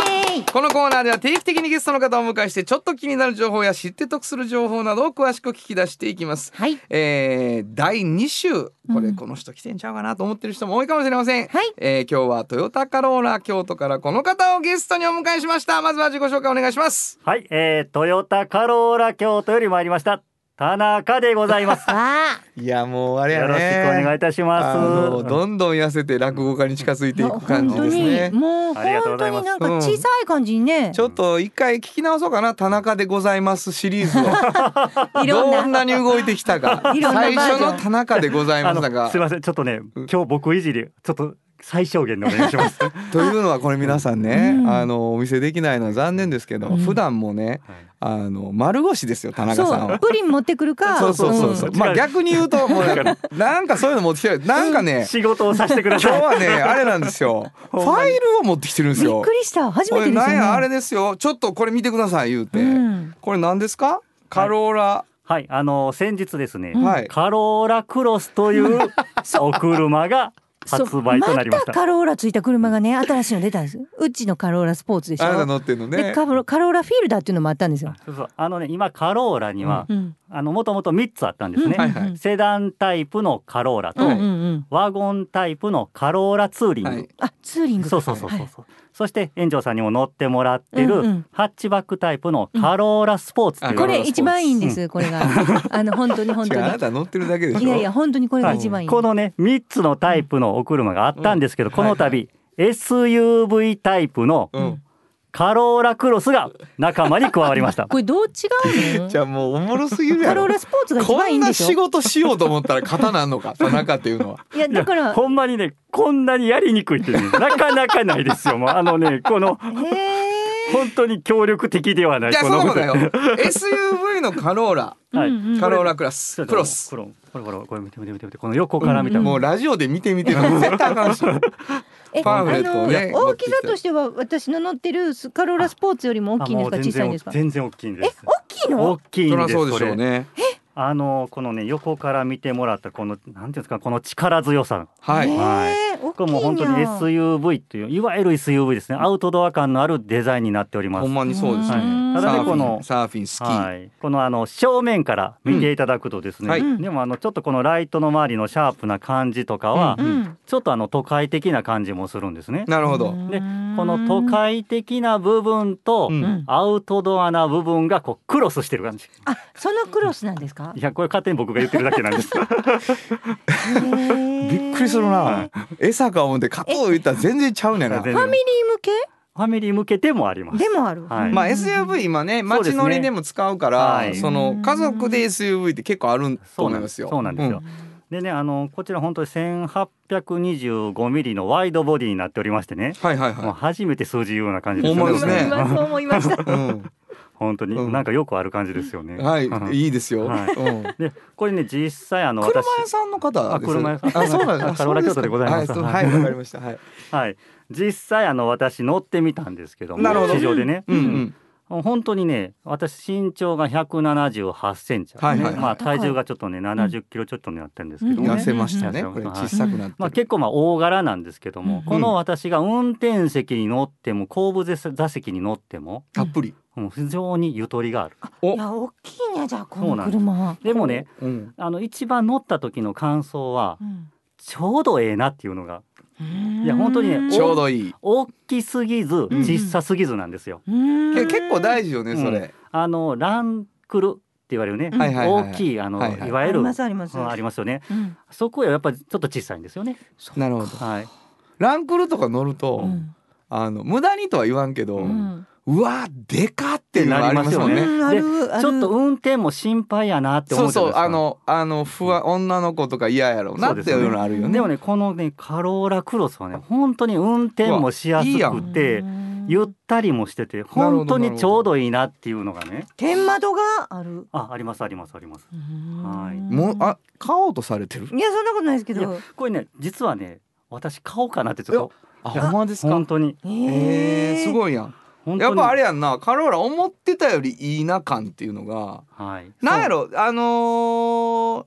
Speaker 2: ー
Speaker 3: イエーイ。
Speaker 2: このコーナーでは定期的にゲストの方をお迎えしてちょっと気になる情報や知って得する情報などを詳しく聞き出していきます。
Speaker 3: はい。
Speaker 2: えー第2週これ
Speaker 3: うん
Speaker 2: この人来てんちゃうかなと思ってる人も多いかもしれません、
Speaker 3: はい
Speaker 2: えー今日はトヨタカローラ京都からこの方をゲストにお迎えしましたまずは自己紹介お願いします
Speaker 5: はい、えー、トヨタカローラ京都より参りました田中でござい ます。
Speaker 3: わ
Speaker 2: いやもうあれ
Speaker 5: よろしくお願いいたします。
Speaker 2: どんどん痩せて落語家に近づい
Speaker 3: あ。
Speaker 2: ていく感じ
Speaker 3: 本
Speaker 2: ですね
Speaker 3: 当にもう
Speaker 5: ありがと
Speaker 3: 本
Speaker 5: うござ
Speaker 3: 当
Speaker 5: いま
Speaker 3: に
Speaker 5: す
Speaker 3: なんか小さい感じにね
Speaker 2: ち。ょっと一回聞き直そうかな田中でございますシリーズを
Speaker 3: いろんな
Speaker 2: どんなに動いてきたか
Speaker 3: いろんなバー
Speaker 2: 最
Speaker 3: ジョン
Speaker 2: 初の田中でございま
Speaker 5: あ
Speaker 2: す
Speaker 5: の
Speaker 2: が
Speaker 5: すいません、ちょっとね、今日僕いじりちょっと最小限でお願いします。
Speaker 2: というのはこれ皆さんね、
Speaker 3: うん
Speaker 2: あのお見せできないのは残念ですけど、
Speaker 3: うん
Speaker 2: 普段もねあの丸腰ですよ田中さん
Speaker 3: そう
Speaker 2: は。
Speaker 3: プリン持ってくるか。
Speaker 2: そうそうそうそう、
Speaker 5: うん
Speaker 2: まあ逆に言うともう ねなんかそういうの持ってきてるなんかね、
Speaker 5: 仕事をさせてくだ
Speaker 2: 今
Speaker 5: さ
Speaker 2: 日
Speaker 5: い。
Speaker 2: はねあれなんですよフ
Speaker 5: ほんま
Speaker 2: ァ
Speaker 5: に
Speaker 2: イルを持ってきてるんです
Speaker 3: びっ
Speaker 2: よ
Speaker 3: くりした初
Speaker 2: こ
Speaker 3: めて
Speaker 2: れ
Speaker 3: ですよ
Speaker 2: なん
Speaker 3: ね。
Speaker 2: やあれですよちょっとこれ見てください言うて、
Speaker 3: うん
Speaker 2: これ何ですかカローラ、
Speaker 5: はい、あの先日ですね、
Speaker 2: はい
Speaker 5: カローラクロスというお車が
Speaker 3: そう
Speaker 5: 発売となりました。
Speaker 3: たカローラついた車がね新しいの出たんですうちのカローラスポーツでしょ
Speaker 2: あなた乗ってんの
Speaker 3: で
Speaker 2: ね
Speaker 3: カロカローラフィールダーっていうのもあったんですよ、
Speaker 5: そうそうあのね今カローラには、
Speaker 3: うん、
Speaker 5: あのもともと3つあったんですね、
Speaker 2: はいはい
Speaker 3: うん
Speaker 5: セダンタイプのカローラと、
Speaker 3: うんうんうん
Speaker 5: ワゴンタイプのカローラツーリング、
Speaker 2: はい
Speaker 3: あツーリング
Speaker 5: そうそうそうそう、
Speaker 3: はい
Speaker 5: そして園長さんにも乗ってもらってる、
Speaker 3: うんうん
Speaker 5: ハッチバックタイプのカローラスポーツっていう、
Speaker 2: うん
Speaker 3: これ一番いいんです、これがあの本当に本
Speaker 2: 違
Speaker 3: 当
Speaker 2: うあ
Speaker 3: に
Speaker 2: なた乗ってるだけでしょ
Speaker 3: いやいや本当にこれが
Speaker 5: はい
Speaker 3: 一番いい、
Speaker 5: このね3つのタイプのお車があったんですけど、
Speaker 2: うん
Speaker 5: この度、SUV タイプの
Speaker 2: うん
Speaker 5: カローラクロスが仲間に加わりました
Speaker 3: これどう違うの
Speaker 2: じゃあもうおもろすぎるや
Speaker 3: カロ
Speaker 2: ろ
Speaker 3: ーラスポーツが一
Speaker 2: こ
Speaker 3: 番いい
Speaker 2: ん
Speaker 3: んで
Speaker 2: な
Speaker 3: し
Speaker 2: 仕
Speaker 3: ょ
Speaker 2: 事しようと思ったら肩なんのか 田中っていうのは。
Speaker 3: いやだか
Speaker 5: いや
Speaker 3: ら
Speaker 5: ほんまにねこんなにやりにくいっ てねなかなかないですよもうあのねこの
Speaker 3: へ
Speaker 5: 本当に協力的ではない
Speaker 2: いやそ
Speaker 5: こ
Speaker 2: んな
Speaker 5: の
Speaker 2: ことないよ SUV のカローラ
Speaker 3: ー
Speaker 5: はい
Speaker 3: うんうん
Speaker 2: カローラクラスクロス。
Speaker 5: クロこれこれこれ見て見て見て見てこれこの横から見たら、
Speaker 2: もうラジオで見てみてる絶対楽しい。
Speaker 3: え
Speaker 2: パンフレットをね
Speaker 3: あの大きさとしては私の乗ってるスカローラスポーツよりも大きいんですか
Speaker 5: あもう
Speaker 3: 小
Speaker 5: 全
Speaker 3: さい
Speaker 5: 然
Speaker 3: んですか
Speaker 5: 全然大きいんで
Speaker 3: え
Speaker 5: す。
Speaker 3: 大きいの
Speaker 5: 大きい
Speaker 2: そ
Speaker 5: ん
Speaker 2: りゃ
Speaker 5: です。
Speaker 2: そうでしょう
Speaker 5: これ。
Speaker 2: ね
Speaker 5: あのこのね横から見てもらったこのなんていうんですかこの力強さ。
Speaker 2: はい、
Speaker 3: ねえ大きい
Speaker 5: これもう本当に
Speaker 3: にゃ
Speaker 5: SUV といういわゆる SUV ですね。アウトドア感のあるデザインになっております
Speaker 2: ほん。まにそうですね、
Speaker 3: はい
Speaker 5: ただ
Speaker 2: サ
Speaker 5: ね
Speaker 2: ーフィン
Speaker 5: この
Speaker 2: サーフィンスキー、
Speaker 5: はい、このあの正面から見ていただくとですね、
Speaker 2: うんはい
Speaker 5: でもあのちょっとこのライトの周りのシャープな感じとかは、
Speaker 3: うんうん
Speaker 5: ちょっとあの都会的な感じもするんですね。
Speaker 2: なるほど、
Speaker 5: でこの都会的な部分と、
Speaker 2: うん
Speaker 5: アウトドアな部分がこうクロスしてる感じ。
Speaker 3: あそのクロスなんですか
Speaker 5: いやこれ勝手に僕が言ってるだけ なんです。
Speaker 2: びっくりするな餌か思って加藤言ったら全然ちゃうねんな
Speaker 5: 全然
Speaker 3: ファミリー向
Speaker 5: ファミリー向けてもありま
Speaker 3: け
Speaker 5: す。
Speaker 3: でもある、
Speaker 5: はい
Speaker 2: まあ SUV 今ね
Speaker 5: そうで
Speaker 2: 街
Speaker 5: すね
Speaker 2: 乗りでも使うからそ,、
Speaker 5: はい
Speaker 2: の家族で SUV って結構あると思いますよ。
Speaker 5: そうなんですよ。でねあのこちら本当に1825ミリのワイドボディになっておりましてね、
Speaker 2: うんはいはい
Speaker 5: もう
Speaker 2: は
Speaker 5: 初めて数字言うような感じです
Speaker 2: ほんまですね
Speaker 3: 今そう思いました
Speaker 2: い。う
Speaker 5: 本当に、
Speaker 2: うん
Speaker 5: なんかよくある感じですよね。
Speaker 2: ん、はい、
Speaker 5: うん
Speaker 2: いいですよ。
Speaker 5: はい
Speaker 2: うん
Speaker 5: でこれね実際あの
Speaker 2: 車
Speaker 5: 私
Speaker 2: 屋さんの方
Speaker 5: あ
Speaker 2: です
Speaker 5: 車屋さん
Speaker 2: あそうなんです
Speaker 5: あカローラ京都でございます
Speaker 2: はいそうはいわ、かりました。はい。
Speaker 5: はい実際あの私乗ってみたんですけども
Speaker 2: なるほど
Speaker 5: 地上でね、
Speaker 2: うんうん。
Speaker 5: 本当にね私身長が178センチ、ね
Speaker 2: はいはいはい
Speaker 5: まあ体重がちょっとね70キロちょっとになってるんですけども
Speaker 3: うん
Speaker 5: ね、
Speaker 2: 痩せましたね。
Speaker 5: うん
Speaker 2: これ小さくなってる。
Speaker 5: まあ、結構まあ大柄なんですけども、
Speaker 3: うん
Speaker 5: この私が運転席に乗っても後部座席に乗っても、
Speaker 2: たっぷり。
Speaker 5: うん非常にゆとりがある
Speaker 3: いや大きいねじゃあこ
Speaker 5: そ
Speaker 3: の
Speaker 5: うなんです
Speaker 3: 車
Speaker 5: でもね
Speaker 2: うん。
Speaker 5: あの一番乗った時の感想は
Speaker 3: うん
Speaker 5: ちょうどええなっていうのが
Speaker 3: い
Speaker 5: いや本当にね
Speaker 2: ちょうどいい。
Speaker 5: 大きすぎず
Speaker 3: うん
Speaker 5: 小さすぎずなんですよ。
Speaker 2: け
Speaker 3: 結
Speaker 2: 結構大
Speaker 3: 事
Speaker 2: 事よねそれ。
Speaker 5: あのランクルって言われるね、
Speaker 3: うんはい
Speaker 2: はいはいはい
Speaker 5: 大きいあの、
Speaker 2: はい
Speaker 5: い
Speaker 2: はい
Speaker 5: わ
Speaker 3: あ
Speaker 5: ゆ
Speaker 3: り
Speaker 5: る、
Speaker 3: ますあります、
Speaker 5: うんありますよね
Speaker 3: うん
Speaker 5: そこはやっぱりちょっと小さいんですよね。
Speaker 2: なるほど。
Speaker 5: はい、
Speaker 2: ランクルとか乗ると、
Speaker 3: うん
Speaker 2: あの無駄にとは言わんけど、う
Speaker 3: うん
Speaker 2: わでかっていうのがありますもん
Speaker 5: う
Speaker 2: ね。
Speaker 5: ってなりますよね
Speaker 3: うんあるある
Speaker 5: ちょっと運転も心配やなって思
Speaker 2: そうう
Speaker 5: じ
Speaker 2: そ
Speaker 5: ゃないうですか
Speaker 2: あのあの不安女の子とか嫌やろうなっていうのあるよね。
Speaker 5: でもねこのねカローラクロスはね本当に運転もしやす
Speaker 2: うわい
Speaker 5: くて
Speaker 3: うん
Speaker 5: ゆったりもしてて
Speaker 2: ほど
Speaker 5: 本当にちょうどいいなっていうのがね
Speaker 3: 天窓がある
Speaker 5: あありますありますありますはい
Speaker 2: もうあ買おうとされてる。
Speaker 3: いやそんなことないですけ
Speaker 5: い
Speaker 3: ど
Speaker 5: これね実はね私買おうかなってちょっ
Speaker 2: あほんまです
Speaker 5: と
Speaker 2: か
Speaker 5: 本。当に
Speaker 3: え
Speaker 2: えー、す
Speaker 3: い
Speaker 2: ごいやん。
Speaker 5: 本当
Speaker 2: やっ
Speaker 5: に
Speaker 2: ぱあれやんなカローラ思ってたよりいいな感っていうのが
Speaker 5: はい
Speaker 2: なんやろあのー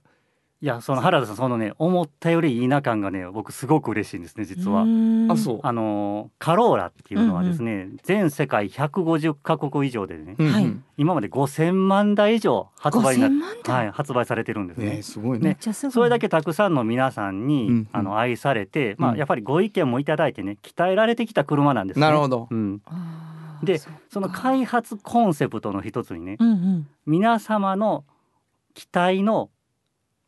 Speaker 5: いやその原田さんそのね思ったよりいいな感がね僕すごく嬉しいんですね実は。
Speaker 2: あそう
Speaker 5: あのカローラっていうのはですね、全世界150カ国以上でね、
Speaker 2: うんうん
Speaker 3: はい
Speaker 5: 今まで5000万台以上発売にな
Speaker 3: 5000万台
Speaker 5: はい、発売されてるんですね
Speaker 2: ねすごい
Speaker 3: め
Speaker 2: ね
Speaker 3: っちゃすごい
Speaker 5: それだけたくさんの皆さんに、
Speaker 2: うんうん
Speaker 5: あの愛されて、ま
Speaker 2: う
Speaker 5: あ、
Speaker 2: ん
Speaker 5: やっぱりご意見もいただいてね鍛えられてきた車なんです、ね、
Speaker 2: なるほど
Speaker 5: うん、
Speaker 3: あー
Speaker 5: で
Speaker 3: そっか
Speaker 5: その開発コンセプトの一つにね
Speaker 3: うんうん
Speaker 5: 皆様の期待の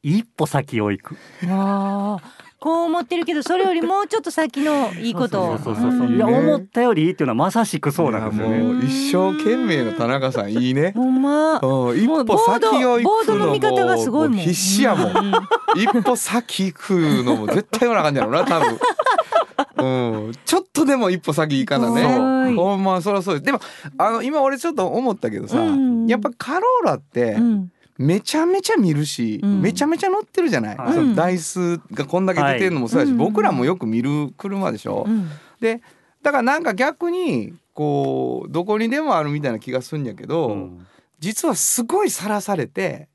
Speaker 5: 一歩先を行く
Speaker 3: わあ、こう思ってるけど、それよりもうちょっと先のいいことを。
Speaker 5: そうそうそうそう
Speaker 2: うん
Speaker 5: いや
Speaker 2: ね
Speaker 5: 思ったよりいいっていうのはまさしくそうなんですよ
Speaker 2: いや
Speaker 5: ね
Speaker 2: もう一生懸命の田中さんいいね
Speaker 3: ほんま。
Speaker 2: うん一歩先
Speaker 3: ボ
Speaker 2: を
Speaker 3: ー
Speaker 2: 行く
Speaker 3: ド
Speaker 2: の
Speaker 3: の
Speaker 2: も
Speaker 3: 見方がすごいもん。
Speaker 2: もう必死やも ん
Speaker 3: うう
Speaker 2: 一歩先行くのも絶対ような感じやろな多分。うん、ちょっとでも一歩先行かな
Speaker 3: は
Speaker 2: ね
Speaker 3: い
Speaker 2: ほんまそりゃそうですでもあの今俺ちょっと思ったけどさ、
Speaker 3: うん
Speaker 2: やっぱカローラって
Speaker 3: うん
Speaker 2: めちゃめちゃ見るし、
Speaker 3: うん
Speaker 2: めちゃめちゃ乗ってるじゃない、
Speaker 5: はい
Speaker 2: その台数がこんだけ出てるのもそうだし、
Speaker 3: はい
Speaker 2: 僕らもよく見る車でしょ、
Speaker 3: うん
Speaker 2: でだからなんか逆にこうどこにでもあるみたいな気がするんやけど、
Speaker 5: うん
Speaker 2: 実はすごいさらされて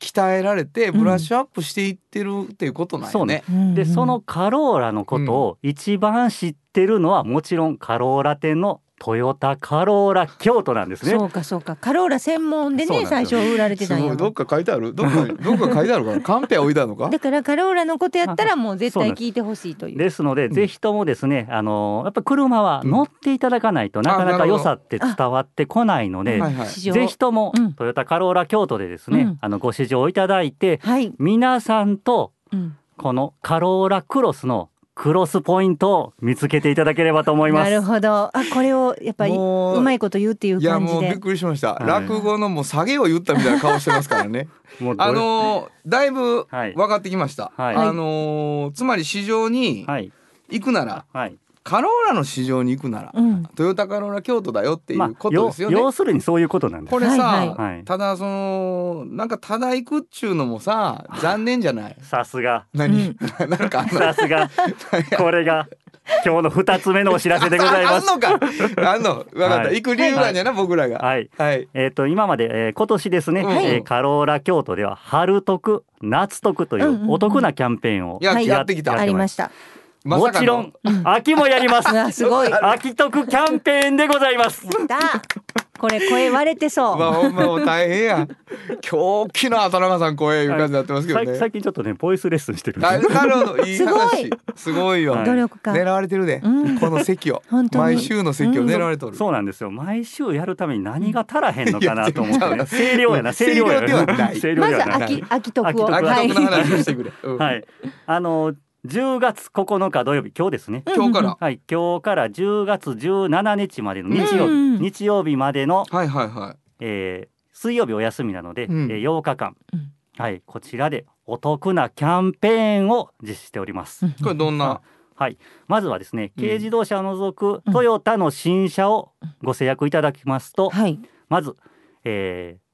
Speaker 2: 鍛えられてブラッシュアップしていってるっていうことなん
Speaker 5: そ
Speaker 2: よ
Speaker 5: う
Speaker 2: ね
Speaker 3: う
Speaker 5: ね。
Speaker 3: ん
Speaker 5: でその。カローラのことを一番知ってるのはもちろんカローラ店のトヨタカローラ京都なんですね。
Speaker 3: そうか、そうか、カローラ専門で
Speaker 5: そう
Speaker 3: ね、
Speaker 5: なん
Speaker 3: 最
Speaker 5: です
Speaker 3: 初
Speaker 5: よ
Speaker 3: 売られてたんや。
Speaker 2: か書いてあるどっかどっか書いてあるからカンペ置いてあるのか
Speaker 3: だから、カローラのことやったら、もう絶
Speaker 5: そう
Speaker 3: 対
Speaker 5: なんです
Speaker 3: 聞いてほしいという。
Speaker 5: ですので、ぜひともですね、あのやっぱ車は乗っていただかないと、なかな
Speaker 2: あな
Speaker 5: か
Speaker 2: るほど
Speaker 5: 良さって伝わってこないので、
Speaker 2: はいはい
Speaker 3: 市場
Speaker 5: ぜひとも、
Speaker 3: うん
Speaker 5: トヨタカローラ京都でです
Speaker 3: う
Speaker 5: ね、
Speaker 3: ん
Speaker 5: あのご試乗いただいて、
Speaker 3: はい。
Speaker 5: 皆さんと
Speaker 3: うん
Speaker 5: このカローラクロスのクロスポイントを見つけていただければと思いま
Speaker 3: な
Speaker 5: す。
Speaker 3: るほど、あ、これを、やっぱり、う
Speaker 2: もう
Speaker 3: まいこと言うっていう
Speaker 2: いや
Speaker 3: 感じ
Speaker 2: もうびっ
Speaker 3: で。
Speaker 2: くりしました、
Speaker 5: はい
Speaker 2: 落語のもう下げを言ったみたいな顔してますからね
Speaker 5: もうどれ
Speaker 2: あのーだいぶ
Speaker 5: はい
Speaker 2: 分かってきました、
Speaker 5: はい
Speaker 2: あのーつまり市場に
Speaker 5: はい
Speaker 2: 行くなら、
Speaker 5: はい。
Speaker 2: カローラの市場に行くなら、
Speaker 3: うん。
Speaker 2: トヨタカローラ京都だよってい
Speaker 5: ま
Speaker 2: うことですよね、
Speaker 5: 要要するにそういうことなんです。
Speaker 2: これさ、
Speaker 3: はい
Speaker 5: はいはい
Speaker 2: ただそのなんかただ行くっちゅうのもさ残念じゃない
Speaker 5: さすが。
Speaker 2: 何、なんかあの
Speaker 5: さすが。これが今日の二つ目のお知らせでござい
Speaker 2: ああ
Speaker 5: ま
Speaker 2: ん
Speaker 5: す。
Speaker 2: のか。あんの。わかった。
Speaker 5: は
Speaker 2: 行
Speaker 5: い
Speaker 2: く理由なんやな、僕らが。
Speaker 5: はい。
Speaker 2: はい。
Speaker 5: えっ、と今まで、えー今年ですね、
Speaker 2: はい
Speaker 5: えーカローラ京都では春得夏得とい
Speaker 3: うんうんう
Speaker 5: うんお得なキャンペーンを
Speaker 2: いや
Speaker 3: はい
Speaker 2: やってきた
Speaker 5: や
Speaker 3: あ
Speaker 5: って
Speaker 3: り
Speaker 5: ま
Speaker 3: ますした。
Speaker 2: ま
Speaker 5: も
Speaker 2: さか
Speaker 5: ち
Speaker 2: の
Speaker 5: ろん秋もやります。
Speaker 3: あすごい。やっ
Speaker 5: 秋得キャンペーンでございます。
Speaker 3: た。これ声割れてそう。
Speaker 2: まあほんまもう大変や。狂気の畑中さん声いう感じになってますけど
Speaker 5: さ
Speaker 2: ね。
Speaker 5: 最近ちょっとねボイスレッスンしてるん
Speaker 2: あ
Speaker 5: です。
Speaker 2: なるほど。いい
Speaker 3: すご
Speaker 2: 話
Speaker 3: い。
Speaker 2: すごいよ
Speaker 5: は。い
Speaker 3: 努力家。
Speaker 2: 狙われてるで。
Speaker 3: うん
Speaker 2: この席を
Speaker 3: 本。当に
Speaker 2: 毎週の席を狙われとる。
Speaker 5: そうなんですよ。毎週やるために何が足らへんのかなと思って、
Speaker 2: いや全然違う
Speaker 5: ね、清涼やな
Speaker 2: 清
Speaker 5: 清
Speaker 2: 涼
Speaker 5: 涼や
Speaker 2: ではない
Speaker 5: 清涼
Speaker 3: ま
Speaker 5: で
Speaker 3: ず
Speaker 5: はない。
Speaker 3: 秋秋徳を。
Speaker 5: 秋徳
Speaker 2: 悪
Speaker 5: は
Speaker 2: 徳の話をしてくれ。うん
Speaker 5: はい。あの10月9日土曜日今日ですね。
Speaker 2: 今日から。
Speaker 5: はい、今日から10月17日までの日曜日、
Speaker 3: うん
Speaker 5: 日曜日までの、
Speaker 2: はいはいは
Speaker 5: えー水曜日お休みなので、
Speaker 2: うん
Speaker 5: えー8日間、
Speaker 3: うん
Speaker 5: はい、こちらでお得なキャンペーンを実施しております。
Speaker 3: うん
Speaker 2: い。これどんな。
Speaker 5: はい、まずはですね
Speaker 2: うん
Speaker 5: 軽自動車を除く
Speaker 3: うん
Speaker 5: トヨタの新車をご制約いただきますと、
Speaker 3: はい。
Speaker 5: まず、えー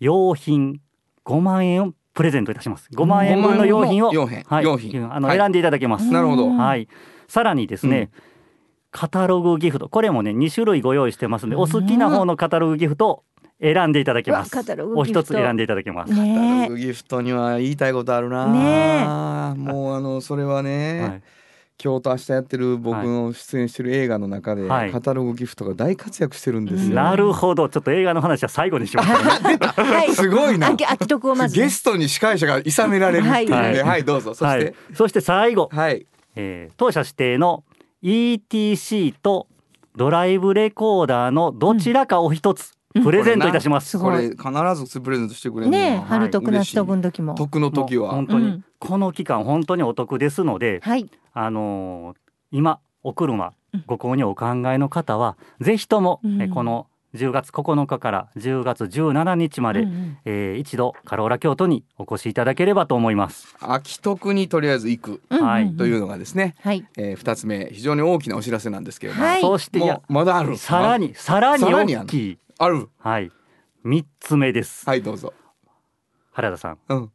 Speaker 5: 用品5万円をプレゼントいたします。5万円分の用品を、
Speaker 2: 4品。
Speaker 5: はい、
Speaker 2: 4品。
Speaker 5: あの、
Speaker 2: はい
Speaker 5: 選んでいただけます。
Speaker 2: なるほど。
Speaker 3: うん
Speaker 5: はい、さらにですね、カタログギフトこれもね2種類ご用意してますんでお好きな方のカタログギフトを選んでいただきます
Speaker 3: うわカタロ
Speaker 5: お
Speaker 3: グギフト
Speaker 5: 一つ選んでいただきます、
Speaker 2: ダ
Speaker 3: ね
Speaker 2: ルクギフトには言いたいことあるな。もうあのそれはね、
Speaker 5: はい、
Speaker 2: 今日と明日やってる僕の出演してる映画の中で、
Speaker 5: はい
Speaker 2: カタログギフトが大活躍してるんですよ。
Speaker 5: なるほどちょっと映画の話は最後にします、
Speaker 3: え。はい。
Speaker 2: すごいな。
Speaker 3: 秋秋徳をまずね。
Speaker 2: ゲストに司会者がいさめられるっていうね。は、
Speaker 5: はいい
Speaker 2: どうぞ。そし
Speaker 5: は
Speaker 2: て
Speaker 5: い、、そして最後、
Speaker 2: はい、
Speaker 5: えー当社指定の ETC とドライブレコーダーのどちらかを一つプレゼントいたします、
Speaker 3: す
Speaker 2: こ
Speaker 3: ご
Speaker 2: れ
Speaker 3: い。
Speaker 2: 必ずプレゼントしてくれるの
Speaker 3: ねえ、
Speaker 2: よ。
Speaker 5: はい
Speaker 3: 春徳夏徳の時も。
Speaker 2: 得の時
Speaker 5: もう
Speaker 2: は
Speaker 5: 本。当に、
Speaker 3: うん
Speaker 5: この期間本当にお得ですので、
Speaker 3: はい。
Speaker 5: あのー今お車
Speaker 3: うん
Speaker 5: ご購入お考えの方は、ぜひとも、
Speaker 3: うん
Speaker 5: えこの10月9日から10月17日まで、
Speaker 3: うんうん
Speaker 5: えー一度カローラ京都にお越しいただければと思います。
Speaker 2: 秋徳にとりあえず行く
Speaker 3: うんうん
Speaker 5: はい
Speaker 2: というのがですね。
Speaker 3: はい。
Speaker 2: えー二つ目非常に大きなお知らせなんですけれども。
Speaker 3: はい
Speaker 5: そしていや
Speaker 2: もうまだある。
Speaker 5: さらにさらに
Speaker 2: さらにあん
Speaker 5: 大
Speaker 2: の
Speaker 5: きい
Speaker 2: ある。
Speaker 5: はい3つ目です、
Speaker 2: はいどうぞ。
Speaker 5: 原田さん
Speaker 2: うん。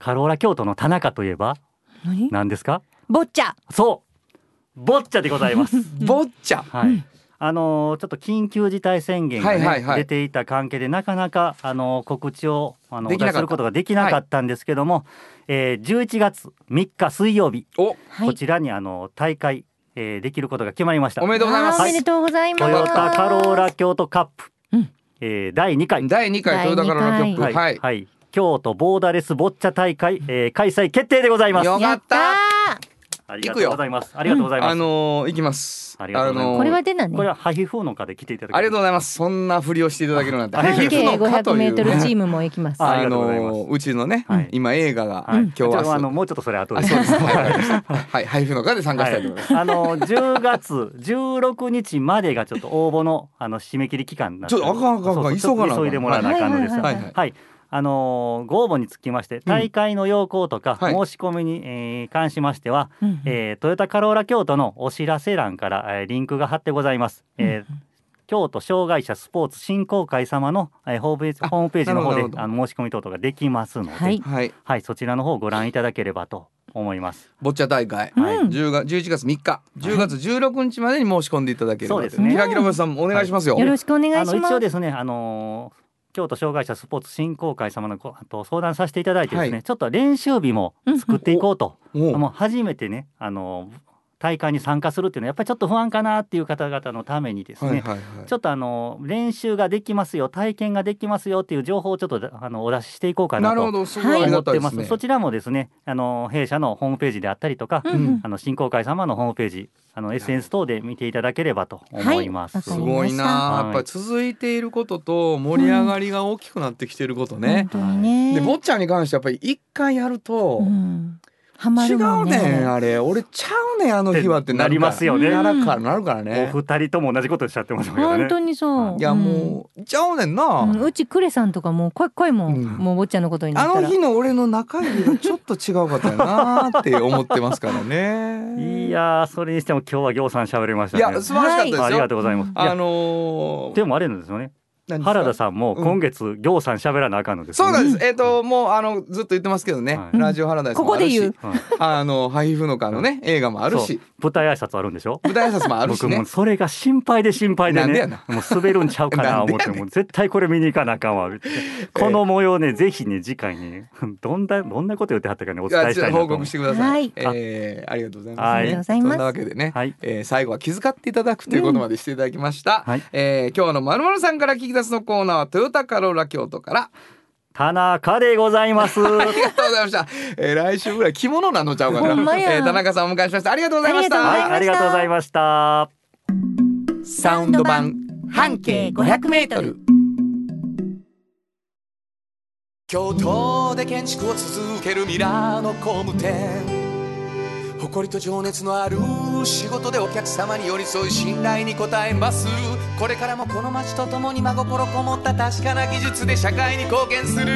Speaker 5: カローラ京都の田中といえば
Speaker 3: 何？
Speaker 5: 何ですか
Speaker 3: ボッチャ。
Speaker 5: そうボッチャでございます。
Speaker 2: ボッチャ。
Speaker 5: はい。あのーちょっと緊急事態宣言が、ね
Speaker 2: はいはいはい
Speaker 5: 出ていた関係でなかなかあのー告知をあの
Speaker 2: で
Speaker 5: お
Speaker 2: きなかっ
Speaker 5: 出したすることができなかったんですけども、えー、11月3日水曜日、
Speaker 2: お。
Speaker 3: はい
Speaker 5: こ。ちらにあのー大会、えー、できることが決まりました。
Speaker 2: おめでとうございます
Speaker 3: わあおめでとうございます。
Speaker 5: トヨタカローラ京都カップ、
Speaker 3: うん
Speaker 5: えー第2回、
Speaker 2: 第2回トヨタからの曲
Speaker 5: は
Speaker 2: はいい、
Speaker 5: はい京都ボーダレスボッチャ大会、えー、開催決定でございます
Speaker 2: よ。
Speaker 3: やった
Speaker 2: よ
Speaker 3: ー。
Speaker 5: ありがとうございます。ありがとうございます。
Speaker 2: あのー、いきます
Speaker 5: ありがとうございます
Speaker 2: のー
Speaker 3: これは出なね。
Speaker 5: これはハヒフーの課で来ていただき
Speaker 2: ありがとう
Speaker 5: う
Speaker 2: ございますそんなふりをしていただけるなんて
Speaker 5: ありがとう
Speaker 3: 半
Speaker 5: ござい
Speaker 3: 径
Speaker 2: 皮膚の蚊
Speaker 3: 500
Speaker 2: とい
Speaker 3: メ
Speaker 2: う
Speaker 3: ートルチー
Speaker 2: ム
Speaker 3: ムも行きます。
Speaker 5: あ
Speaker 2: あ
Speaker 5: りがとうございます
Speaker 2: のーうちのね、
Speaker 5: はい
Speaker 2: 今映画が、
Speaker 5: はい、
Speaker 2: 今日は
Speaker 5: ちょあ
Speaker 2: 明
Speaker 5: の
Speaker 2: 日
Speaker 5: もうちょっとそれ後で
Speaker 2: あそうですはいわかりましたはい配布の中で参加したいと思います、
Speaker 5: あの10月16日までがちょっと応募のあの締め切り期間になって
Speaker 2: ちょっとあかんあかんあかん
Speaker 5: そうそ
Speaker 2: 急がなあ
Speaker 5: う
Speaker 2: かん
Speaker 5: 急いでもらわなあかんのですが
Speaker 2: は
Speaker 5: はいい、
Speaker 2: はい
Speaker 5: あのーご応募につきまして大会の要項とか
Speaker 2: うん
Speaker 5: 申
Speaker 2: はい
Speaker 5: し込みに、えー関しましては、
Speaker 3: うん
Speaker 5: えートヨタカローラ京都のお知らせ欄から、えーリンクが貼ってございます、えー京都障害者スポーツ振興会様の、えーホームページ
Speaker 2: あ
Speaker 5: ホームページの方
Speaker 2: なる
Speaker 5: で
Speaker 2: ほどなるほど
Speaker 5: あの申し込み等々ができますので、
Speaker 3: はい
Speaker 2: はい
Speaker 5: はい、そちらの方をご覧いただければと思います。
Speaker 2: ボッチャ大会、
Speaker 5: はい
Speaker 3: うん
Speaker 2: 10月11月3日10月16日までに申し込んでいただければ
Speaker 5: そうですね
Speaker 2: キラキラ星さんもお願いしますよ、
Speaker 3: よろしくお願い
Speaker 5: あ
Speaker 3: し
Speaker 5: の
Speaker 3: ま
Speaker 5: 一
Speaker 3: す
Speaker 5: 応。ですね、あのー京都障害者スポーツ振興会様のごと相談させていただいてですね、
Speaker 2: はい
Speaker 5: ちょっと練習日も作っていこうと、
Speaker 2: おう
Speaker 5: もう初めてね、あのー大会に参加するっていうのはやっぱりちょっと不安かなっていう方々のためにですね、
Speaker 2: はいはいはい
Speaker 5: ちょっとあのー練習ができますよ体験ができますよっていう情報をちょっとあのお出ししていこうかな
Speaker 2: なる
Speaker 5: と
Speaker 2: ほどすごいあり
Speaker 5: 思っ
Speaker 2: がたい
Speaker 5: て
Speaker 2: で
Speaker 5: ますす,、
Speaker 2: ね、
Speaker 5: そちらもですねあのー弊社のホームページであったりとか、
Speaker 3: うん
Speaker 2: うん
Speaker 5: あの振興会様のホームページあの SNS 等で見ていただければと思います。
Speaker 3: はいわか
Speaker 2: す
Speaker 3: り
Speaker 2: ごいな、
Speaker 5: はい
Speaker 2: やっぱり続いていることと盛り上がりが大きくなってきていることね、
Speaker 3: 本当にね。
Speaker 2: でボッチャに関してやっぱり一回やると、
Speaker 3: うんハマ
Speaker 2: 違
Speaker 3: るも
Speaker 2: うんね
Speaker 3: ね。
Speaker 2: んあれ俺ちゃうねんあの日はってなるから
Speaker 5: なりますよね
Speaker 2: なるからなるからね
Speaker 5: お二人とも同じことおっしゃってますもんね。
Speaker 3: 本当にそう。
Speaker 2: いやもうちゃうねんな、
Speaker 3: うん。うんうちクレさんとかもう怖い怖いもん、
Speaker 2: うん
Speaker 3: もう坊ちゃんのことにな
Speaker 2: あ
Speaker 3: ったら
Speaker 2: の日の俺の中指がちょっと違うかったよなーって思ってますからね
Speaker 5: いやーそれにしても今日は行さん喋れました
Speaker 2: い
Speaker 5: ね。
Speaker 2: や素晴らしかったですよ、
Speaker 5: ありがとうございます。い
Speaker 2: あ
Speaker 5: や
Speaker 2: のー
Speaker 5: でもあれなんですよね。
Speaker 2: 何ですか
Speaker 5: 原田さんも
Speaker 2: うん
Speaker 5: 今月行さん喋らなあかんのです
Speaker 2: そう
Speaker 5: よね、
Speaker 2: なんです。えっ、と、もう、あの、ずっと言ってますけどね、
Speaker 5: はい
Speaker 2: ラジオ原田さんもあるし
Speaker 3: ここで
Speaker 5: うん
Speaker 2: あの、ハイフノカのね、映画もあるし
Speaker 5: そ、う舞台挨拶あるんでしょ
Speaker 2: 舞台挨拶もあるし
Speaker 5: 僕も
Speaker 2: ね
Speaker 5: う。それが心配で心配で
Speaker 2: なんでや
Speaker 5: ね
Speaker 2: な
Speaker 5: もう滑るんちゃうかな
Speaker 2: なんで
Speaker 5: 思
Speaker 2: や
Speaker 5: っ
Speaker 2: ねん
Speaker 5: てもう絶対これ見に行かなあかん わってこの模様ねぜひね次回ねどんなどんなこと言ってはったかねお
Speaker 2: い
Speaker 5: 伝
Speaker 2: や
Speaker 5: えし
Speaker 2: ち
Speaker 5: た
Speaker 2: ょっ
Speaker 5: い
Speaker 2: と
Speaker 5: なと
Speaker 2: 報
Speaker 5: 思う
Speaker 2: 告してください。
Speaker 3: はい
Speaker 2: えーありがとうございます、ね。
Speaker 5: はいあり
Speaker 3: がとうございます
Speaker 2: そんなわけでね、
Speaker 5: はい
Speaker 2: えー最後は気遣っていただくということまでしていただきました。
Speaker 5: はい
Speaker 2: えー今日のまるまるさんから聞き出すのコーナーはトヨタカローラ京都から。
Speaker 5: 田中でござい ます
Speaker 2: ありがとうございました。えー来週ぐらい着物なのちゃうかな。
Speaker 3: ほんまや
Speaker 2: えー田中さんをお迎えしました。ありがとうございました。
Speaker 3: ありがとうございました
Speaker 5: はいありがとうございました
Speaker 2: サウンド版半径500メートル。
Speaker 4: 京都で建築を続けるミラーの工務店誇りと情熱のある仕事でお客様に寄り添い信頼に応えますこれからもこの街とともに真心こもった確かな技術で社会に貢献する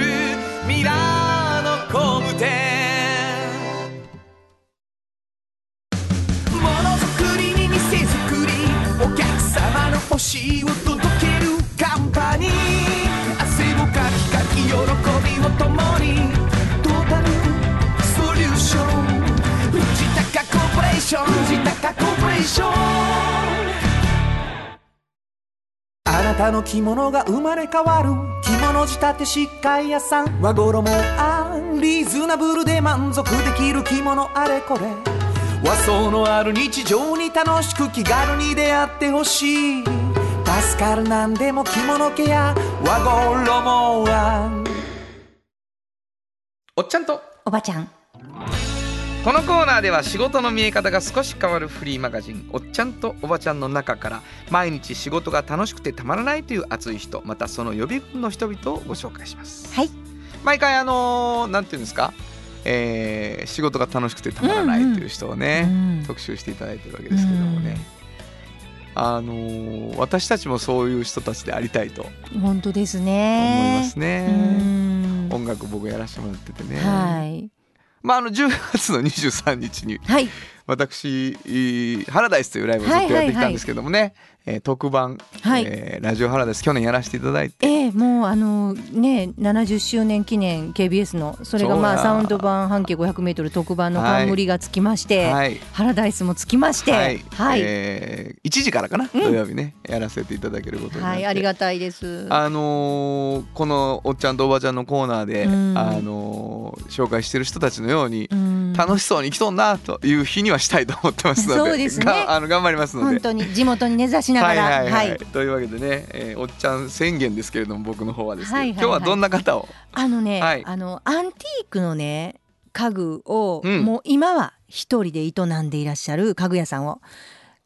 Speaker 4: ミラーの工務店ものづくりに店づくりお客様の欲しいを届けるカンパニー汗をかきかき喜びを共にトータルソリューション藤高コーポレーション藤高コーポレーションあなたの着物が生まれ変わる着物仕立て疾患屋さん和衣もアンリーズナブルで満足できる着物あれこれ和装のある日常に楽しく気軽に出会ってほしい助かるなんでも着物ケア和衣もアン
Speaker 2: おっちゃんと。
Speaker 3: おばちゃん
Speaker 2: このコーナーでは仕事の見え方が少し変わるフリーマガジン「おっちゃんとおばちゃん」の中から毎日仕事が楽しくてたまらないという熱い人またその予備軍の人々をご紹介します。
Speaker 3: はい
Speaker 2: 毎回あのーなんていうんですか、えー仕事が楽しくてたまらないという人をね、
Speaker 3: うん
Speaker 2: 特集していただいてるわけですけどもね、あのー私たちもそういう人たちでありたいと思い
Speaker 3: 本当です
Speaker 2: ま
Speaker 3: ね
Speaker 2: すね。
Speaker 3: うん
Speaker 2: 音楽僕やらせてもらっててね、
Speaker 3: はい
Speaker 2: まああの10月の23日に
Speaker 3: はい
Speaker 2: 私えーハラダイスというライブをずっとやってきたんですけどもね、えー特番、
Speaker 3: はい
Speaker 2: えーラジオハラダイス去年やらせていただいて、
Speaker 3: ええもうあのね70周年記念 KBS のそれがまあ
Speaker 2: そうだ
Speaker 3: サウンド版半径 500m 特番の
Speaker 2: はい
Speaker 3: 冠がつきまして、
Speaker 2: はい
Speaker 3: ハラダイスもつきまして
Speaker 2: は
Speaker 3: はいい、はい
Speaker 2: えー1時からかな、土曜日ねやらせていただけることになって、
Speaker 3: ありがたいです
Speaker 2: あのーこのおっちゃんとおばちゃんのコーナーで、
Speaker 3: うん
Speaker 2: あのー紹介してる人たちのように、
Speaker 3: うん
Speaker 2: 楽しそうに生きとんなという日にはしたいと思ってますの で
Speaker 3: そうですね
Speaker 2: があの頑張りますので
Speaker 3: 本当に地元に根ざしなが
Speaker 2: はい
Speaker 3: ら
Speaker 2: はいはい、というわけでね、えーおっちゃん宣言ですけれども僕の方はですね、
Speaker 3: はいはいはい
Speaker 2: 今日はどんな方を
Speaker 3: あのね、
Speaker 2: はい
Speaker 3: あのアンティークのね家具を、
Speaker 2: うん
Speaker 3: もう今は一人で営んでいらっしゃる家具屋さんを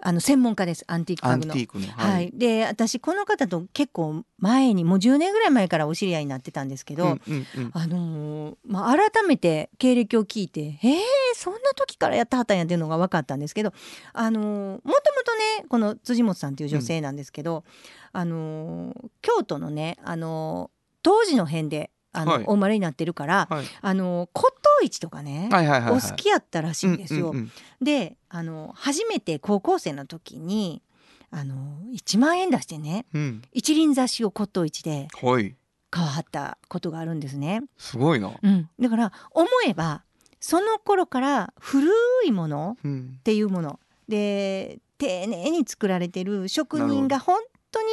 Speaker 3: あの専門家ですアンティーク家具の。
Speaker 2: ークの、
Speaker 3: はいで私この方と結構前にもう10年ぐらい前からお知り合いになってたんですけど、
Speaker 2: うんうんうん
Speaker 3: あのーまあ、改めて経歴を聞いてえー、そんな時からやってはったんやっていうのが分かったんですけど、あのーもともとねこの辻元さんという女性なんですけど、あのー京都のね、あのー当時の辺であの、
Speaker 2: はい
Speaker 3: お生まれになってるから、
Speaker 2: はい
Speaker 3: あのー骨董市とかね、
Speaker 2: はいはいはいはい
Speaker 3: お好きやったらしいんですよ。
Speaker 2: うんうんうん
Speaker 3: で、あのー初めて高校生の時に、あのー1万円出してね
Speaker 2: うん
Speaker 3: 一輪挿しを骨董市で
Speaker 2: はい
Speaker 3: 買わはったことがあるんですね。
Speaker 2: すごいな、
Speaker 3: うん、だから思えばその頃から古いものっ
Speaker 2: うん
Speaker 3: ていうもので丁寧に作られてる職人
Speaker 2: な
Speaker 3: が本当に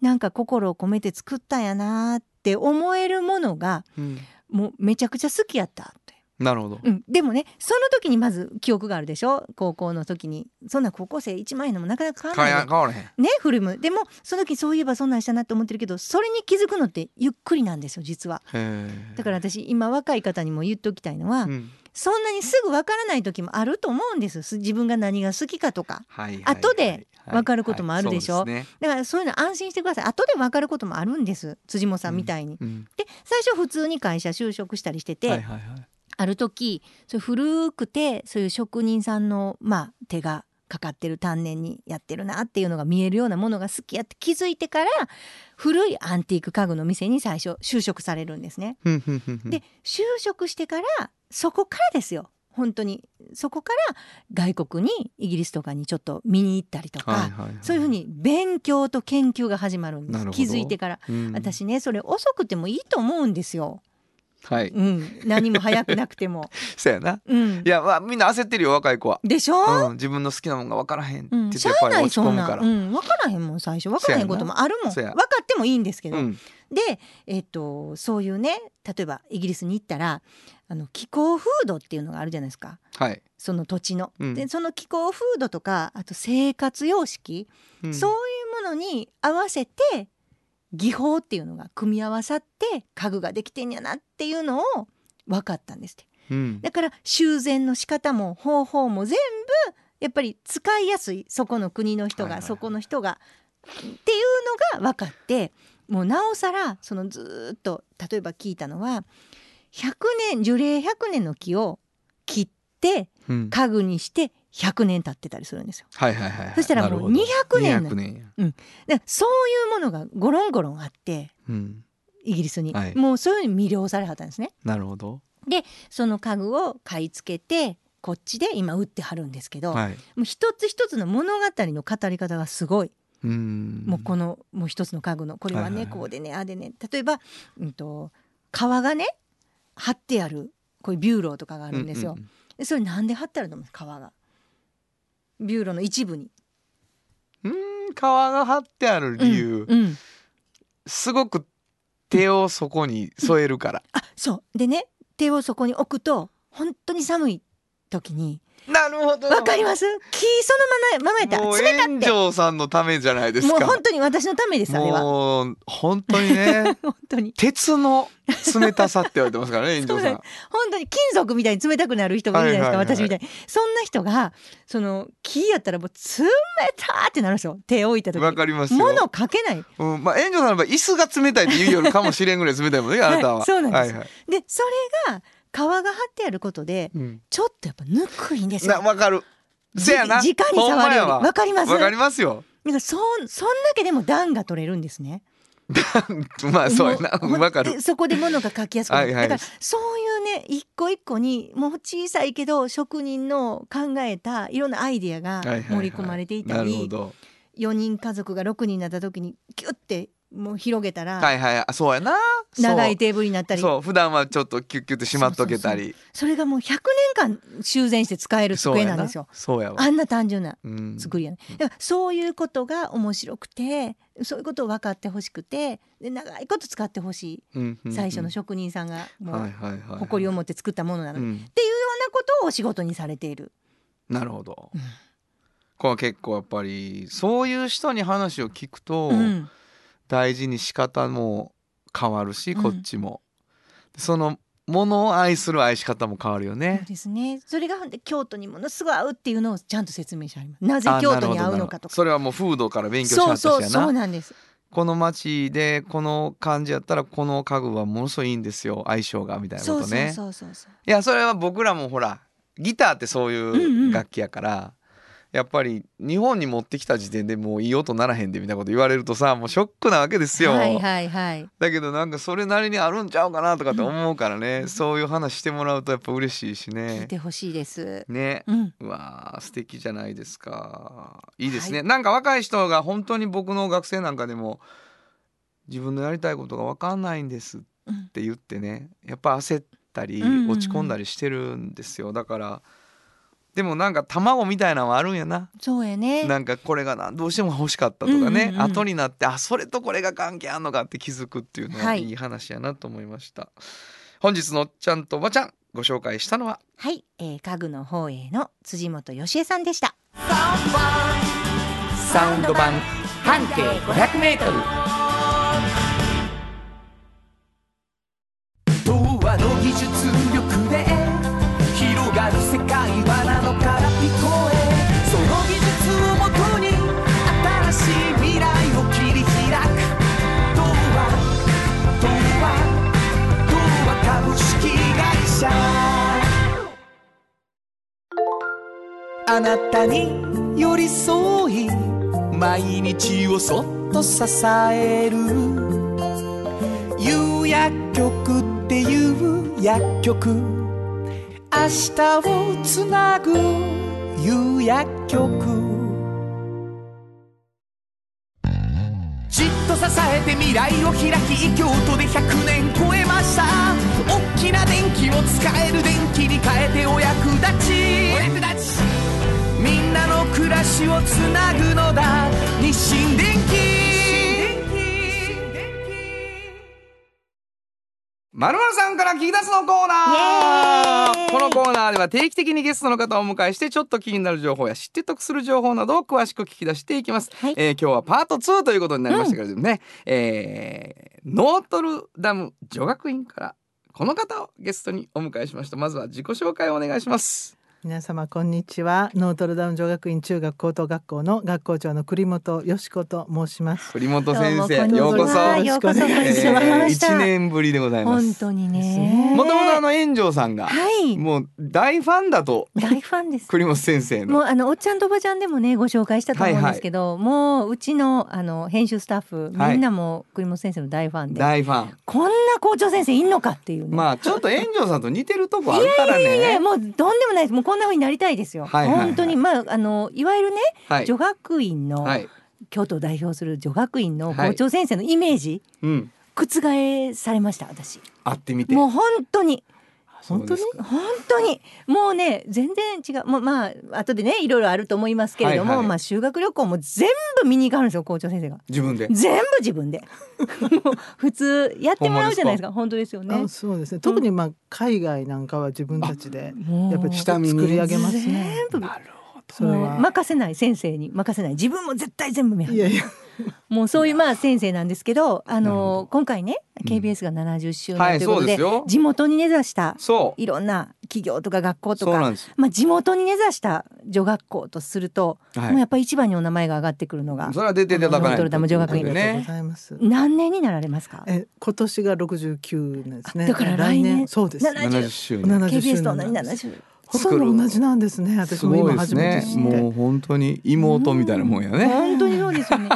Speaker 3: なんか心を込めて作ったんやなって思えるものが
Speaker 2: うん
Speaker 3: もうめちゃくちゃ好きやったって。
Speaker 2: なるほど、
Speaker 3: うん、でもねその時にまず記憶があるでしょ高校の時にそんな高校生1万円のもなかなか買わ
Speaker 2: 変
Speaker 3: ない
Speaker 2: え
Speaker 3: よ
Speaker 2: 変わらへん
Speaker 3: ね古いものでもその時そういえばそんなんしたなって思ってるけどそれに気づくのってゆっくりなんですよ実は。
Speaker 2: へ、
Speaker 3: だからら私今若い方にも言っておきたいのは、
Speaker 2: うん
Speaker 3: そんなにすぐわからない時もあると思うんですす自分が何が好きかとか
Speaker 2: はいはい
Speaker 3: 後で分かることもあるでしょ
Speaker 2: はいはいはいそう
Speaker 3: だからそういうの安心してください後でわかることもあるんです辻本さんみたいに。
Speaker 2: ですねうん
Speaker 3: で最初普通に会社就職したりしてて、
Speaker 2: はいはいはい
Speaker 3: ある時そういう古くてそういう職人さんの、まあ、手がかかってる丹念にやってるなっていうのが見えるようなものが好きやって気づいてから古いアンティーク家具の店に最初就職されるんですね。
Speaker 2: うんうんうんうん
Speaker 3: で就職してからそこからですよ本当にそこから外国にイギリスとかにちょっと見に行ったりとか、
Speaker 2: はいはいはい
Speaker 3: そういうふうに勉強と研究が始まるんで
Speaker 2: なる
Speaker 3: す
Speaker 2: ほど
Speaker 3: 気づいてから。
Speaker 2: うん
Speaker 3: 私ねそれ遅くてもいいと思うんですよ、
Speaker 2: はい
Speaker 3: うん、何も早くなくて も、
Speaker 2: そうやな
Speaker 3: うん
Speaker 2: い、やまあみんな焦ってるよ若い子は、
Speaker 3: でしょ、
Speaker 2: うん、自分の好きなもんが分からへんって
Speaker 3: う
Speaker 2: 言っ
Speaker 3: ん、
Speaker 2: て
Speaker 3: し
Speaker 2: や
Speaker 3: ゃ
Speaker 2: っぱ
Speaker 3: あ
Speaker 2: り
Speaker 3: ない
Speaker 2: 落ち
Speaker 3: そ
Speaker 2: 込
Speaker 3: ん
Speaker 2: む
Speaker 3: な
Speaker 2: か
Speaker 3: ん、
Speaker 2: ら
Speaker 3: うん、分からへんもん最初分からへんこともあるもん
Speaker 2: そ
Speaker 3: 分
Speaker 2: やな
Speaker 3: かってもいいんですけど、
Speaker 2: うん
Speaker 3: で、えっと、そういうね例えばイギリスに行ったらあの気候風土っていうのがあるじゃないですか
Speaker 2: はい、
Speaker 3: その土地の。
Speaker 2: うん
Speaker 3: でその気候風土とかあと生活様式、
Speaker 2: ん
Speaker 3: そういうものに合わせて技法っていうのが組み合わさって家具ができてんやなっていうのを分かったんですって。
Speaker 2: うん
Speaker 3: だから修繕の仕方も方法も全部やっぱり使いやすいそこの国の人
Speaker 2: はいはいは
Speaker 3: が
Speaker 2: い
Speaker 3: そこの人がっていうのが分かってもうなおさらそのずーっと例えば聞いたのは100年樹齢100年の木を切って
Speaker 2: うん
Speaker 3: 家具にして100年経ってたりするんですよ。
Speaker 2: はいはいはいはい
Speaker 3: そしたらもう
Speaker 2: なるほど
Speaker 3: 200年
Speaker 2: 200年や
Speaker 3: でそういうものがゴロンゴロンあって
Speaker 2: うん
Speaker 3: イギリスに、
Speaker 2: はい
Speaker 3: もうそういうのに魅了されはったんですね。
Speaker 2: なるほど
Speaker 3: その家具を買い付けてこっちで今売ってはるんですけど、
Speaker 2: はい
Speaker 3: もう一つ一つの物語の語り方がすごい、
Speaker 2: うん
Speaker 3: もうこのもう一つの家具のこれは
Speaker 2: はいはい
Speaker 3: ね
Speaker 2: はい
Speaker 3: こうでねああでね例えば、うん、と革がね貼ってあるこういうビューローとかがあるんですよ。
Speaker 2: うう
Speaker 3: でそれなんで貼ってあると思います革が。ビューローの一部に。
Speaker 2: うん皮が張ってある理由、
Speaker 3: うんうん
Speaker 2: すごく手をそこに添えるから、
Speaker 3: あそうでね手をそこに置くと本当に寒い時に
Speaker 2: なるほど
Speaker 3: わかります木そのままままやった
Speaker 2: もう
Speaker 3: ら冷た
Speaker 2: 炎上さんのためじゃないです
Speaker 3: もう
Speaker 2: か
Speaker 3: 本当に私のためですあれは
Speaker 2: もう本当にね
Speaker 3: 本当に
Speaker 2: 鉄の冷たさって言われてますからね炎上さ
Speaker 3: そうん本当に金属みたいに冷たくなる人がいるじゃないですか、
Speaker 2: はいはいはい
Speaker 3: 私みたいにそんな人がその木やったらもう冷たーってなるんですよ手を置いた時
Speaker 2: わかりますよ
Speaker 3: 物をかけない
Speaker 2: うん、まあ炎上さんの場合椅子が冷たいって言うよりかもしれんぐらい冷たいもんねあなたは、
Speaker 3: はいそうなんです
Speaker 2: はいはい
Speaker 3: でそれが皮が張ってあることで
Speaker 2: うん
Speaker 3: ちょっとやっぱぬくいんです
Speaker 2: な
Speaker 3: よ
Speaker 2: わかるせやな
Speaker 3: じ直に触るよ
Speaker 2: ほんまや
Speaker 3: り
Speaker 2: わ
Speaker 3: わかります
Speaker 2: わか
Speaker 3: な
Speaker 2: り
Speaker 3: ん
Speaker 2: ますよ
Speaker 3: かそんそんだけでも暖が取れるんですね
Speaker 2: まあそうやな
Speaker 3: もう
Speaker 2: わかる
Speaker 3: でそこで物が書きやすくなる、
Speaker 2: はいはい
Speaker 3: だからそういうね一個一個にもう小さいけど職人の考えたいろんなアイディアが盛り込まれていたり、
Speaker 2: はいはいはいなるほど
Speaker 3: 4人家族が6人になった時にギュッてもう広げた
Speaker 2: は
Speaker 3: ら
Speaker 2: いはいあそうやな
Speaker 3: 長
Speaker 2: そう
Speaker 3: いテーブルになったりそ
Speaker 2: そう普段はちょっとキュッキュッとしまっとけたり
Speaker 3: れがもう100年間修繕して使える
Speaker 2: そう
Speaker 3: 机
Speaker 2: や
Speaker 3: なんですよ
Speaker 2: そうやわ
Speaker 3: あんな単純な
Speaker 2: うん
Speaker 3: 作りやね、だからそういうことが面白くてそういうことを分かってほしくてで長いこと使ってほし
Speaker 2: うんうんう
Speaker 3: い
Speaker 2: ん
Speaker 3: 最初の職人さんがも
Speaker 2: はいうはいはいはい
Speaker 3: 誇りを持って作ったものなの
Speaker 2: う
Speaker 3: で、っ
Speaker 2: ん
Speaker 3: ていうようなことをお仕事にされている。
Speaker 2: なるほど
Speaker 3: うん
Speaker 2: これは結構やっぱりそういう人に話を聞くと
Speaker 3: うん
Speaker 2: 大事に仕方も変わるし
Speaker 3: うん
Speaker 2: こっちもそのものを愛する愛し方も変わるよ
Speaker 3: そう
Speaker 2: ね
Speaker 3: ですね。それがほんで京都にものすごい合うっていうのをちゃんと説明してあります。なぜ
Speaker 2: あ
Speaker 3: 京
Speaker 2: な
Speaker 3: 都
Speaker 2: るほ
Speaker 3: に
Speaker 2: ど
Speaker 3: 合う
Speaker 2: なる
Speaker 3: の
Speaker 2: ほ
Speaker 3: かと
Speaker 2: ど
Speaker 3: か。
Speaker 2: それはもう風土から勉強し
Speaker 3: そ
Speaker 2: は
Speaker 3: う
Speaker 2: ったし
Speaker 3: そう
Speaker 2: や
Speaker 3: そう
Speaker 2: な
Speaker 3: なんです。
Speaker 2: この町でこの感じやったらこの家具はものすごいいいんですよ相性がみたいなことね
Speaker 3: そうそうそうそう
Speaker 2: いやそれは僕らもほらギターってそ
Speaker 3: ん
Speaker 2: ういううん楽器やから、やっぱり日本に持ってきた時点でもういい音ならへんでみたいなこと言われるとさもうショックなわけですよ、
Speaker 3: はいはいはい。
Speaker 2: だけどなんかそれなりにあるんちゃうかなとかって思うからね、そういう話してもらうとやっぱ嬉しいし
Speaker 3: 聞い
Speaker 2: ね
Speaker 3: てほしいです。
Speaker 2: ね
Speaker 3: うん。
Speaker 2: うわー素敵じゃないですかいいですね、なんか若い人が本当に僕の学生なんかでも自分のやりたいことが分かんないんですっ
Speaker 3: うん
Speaker 2: って言ってねやっぱ焦ったり
Speaker 3: うんうんうん
Speaker 2: 落ち込んだりしてるんですよだからでもなんか卵みたいなのはあるんやな
Speaker 3: そうやね。
Speaker 2: なんかこれがなどうしても欲しかったとか
Speaker 3: う
Speaker 2: ね、
Speaker 3: んうんうん
Speaker 2: 後になってあそれとこれが関係あんのかって気づくっていうのは
Speaker 3: はい
Speaker 2: いい話やなと思いました、本日のおっちゃんとおばちゃんご紹介したのは
Speaker 3: はい、えー、家具の方への辻本義恵さんでした。
Speaker 2: サウンド版
Speaker 1: 半径
Speaker 2: 500m
Speaker 4: 童話の技術力で広がる世界はなのから聞こえその技術をもとに新しい未来を切り開く童話童話童話株式会社あなたに寄り添い毎日をそっと支える有薬局っていう薬局明明日をつなぐ夕薬局じっと支えて未来を開き京都で100年超えました大きな電気を使える電気に変えてお役立ちお役立ちみんなの暮らしをつなぐのだ日清電気
Speaker 2: まるまるさんから聞き出すのコーナ
Speaker 3: イエー
Speaker 2: ー
Speaker 3: イ
Speaker 2: このコーナーでは定期的にゲストの方をお迎えしてちょっと気になる情報や知って得する情報などを詳しく聞き出していきます、
Speaker 3: はい
Speaker 2: えー今日はパート2ということになりましたけれどもね、えーノートルダム女学院からこの方をゲストにお迎えしましたまずは自己紹介をお願いします
Speaker 6: 皆様こんにちはノートルダム女学院中学高等学校の学校長の栗本よし子と申します
Speaker 2: 栗本先生
Speaker 3: ど
Speaker 2: よ
Speaker 3: も
Speaker 2: う
Speaker 3: こん
Speaker 2: こ
Speaker 3: にち
Speaker 2: そ
Speaker 3: は
Speaker 6: ようこ
Speaker 3: ようこそお
Speaker 6: そ
Speaker 3: 願いしま
Speaker 2: えー
Speaker 3: した。
Speaker 2: 一年ぶりでございま
Speaker 3: 本
Speaker 2: す
Speaker 3: 当にね。
Speaker 2: もともとあの炎上さんが
Speaker 3: はい。
Speaker 2: もう大ファンだと
Speaker 3: 大ファンです。
Speaker 2: 栗本先生
Speaker 3: もう
Speaker 2: の
Speaker 3: あのおっちゃんとおばちゃんでもねご紹介したと思うんですけど、もううちのあの編集スタッフ
Speaker 2: はい
Speaker 3: みんなも栗本先生の大ファンで、
Speaker 2: 大ファン
Speaker 3: こんな校長先生いんのかっていうね。
Speaker 2: まあちょっと炎上さんと似てるとこあるからね。
Speaker 3: いやもうとんでもないですもうこんな風になりたいですよ、
Speaker 2: はいはいはい
Speaker 3: 本当にまああのいわゆるね、
Speaker 2: はい。
Speaker 3: 女学院の、
Speaker 2: はい。
Speaker 3: 京都を代表する女学院の
Speaker 2: はい
Speaker 3: 校長先生のイメージ、
Speaker 2: うん。
Speaker 3: 覆されました私
Speaker 2: 会ってみて。
Speaker 3: もう本当に
Speaker 2: そうですか
Speaker 3: 本当にもうね全然違うもうまあ後でねいろいろあると思いますけれども、
Speaker 2: はいはい
Speaker 3: まあ修学旅行も全部見に行かはるんですよ校長先生が
Speaker 2: 自分で。
Speaker 3: 全部自分で もう普通やってもらうじゃないですか本当ですよね
Speaker 6: あそうですね特にまあ海外なんかは自分たちで
Speaker 3: もう
Speaker 6: やっぱり
Speaker 2: 下
Speaker 6: 作
Speaker 2: 見に
Speaker 6: り上げますね
Speaker 3: 全部
Speaker 6: それ
Speaker 3: もう
Speaker 6: は
Speaker 3: 任せない先生に任せない自分も絶対全部見張
Speaker 6: い
Speaker 3: る
Speaker 6: やいや
Speaker 3: もうそういうまあ先生なんですけどあ
Speaker 2: なるほ
Speaker 3: の今回ね KBS が70周
Speaker 2: は
Speaker 3: 年
Speaker 2: い、
Speaker 3: というこ
Speaker 2: そう
Speaker 3: と
Speaker 2: で
Speaker 3: で,、
Speaker 2: すよ。
Speaker 3: 地元に根ざした
Speaker 2: そう。
Speaker 3: いろんな企業とか学校と
Speaker 2: そう
Speaker 3: か
Speaker 2: なんです。
Speaker 3: まあ、地元に根ざした女学校とすると、
Speaker 2: は
Speaker 3: もうや
Speaker 2: い。
Speaker 3: っぱり一番にお名前が上がってくるのが
Speaker 2: それは出ていただかないと。
Speaker 3: ノートルダム女学院で
Speaker 6: ありがとうご
Speaker 2: ね。
Speaker 6: ざいます
Speaker 3: 何年になられますか
Speaker 6: え今年が69年ですね
Speaker 3: あだから来年
Speaker 6: そうです
Speaker 3: なな
Speaker 2: 70周年。
Speaker 6: 70
Speaker 3: KBS と同
Speaker 6: 周
Speaker 3: じ
Speaker 6: 年なんです
Speaker 3: 70
Speaker 6: ほとんど同じなんですね
Speaker 2: す
Speaker 6: 私も
Speaker 2: ご
Speaker 6: 今
Speaker 2: いです
Speaker 6: 初め
Speaker 2: ね
Speaker 6: て知。って
Speaker 2: もう本当に妹みたいなもんやね。
Speaker 3: 本当にそうですよ ねで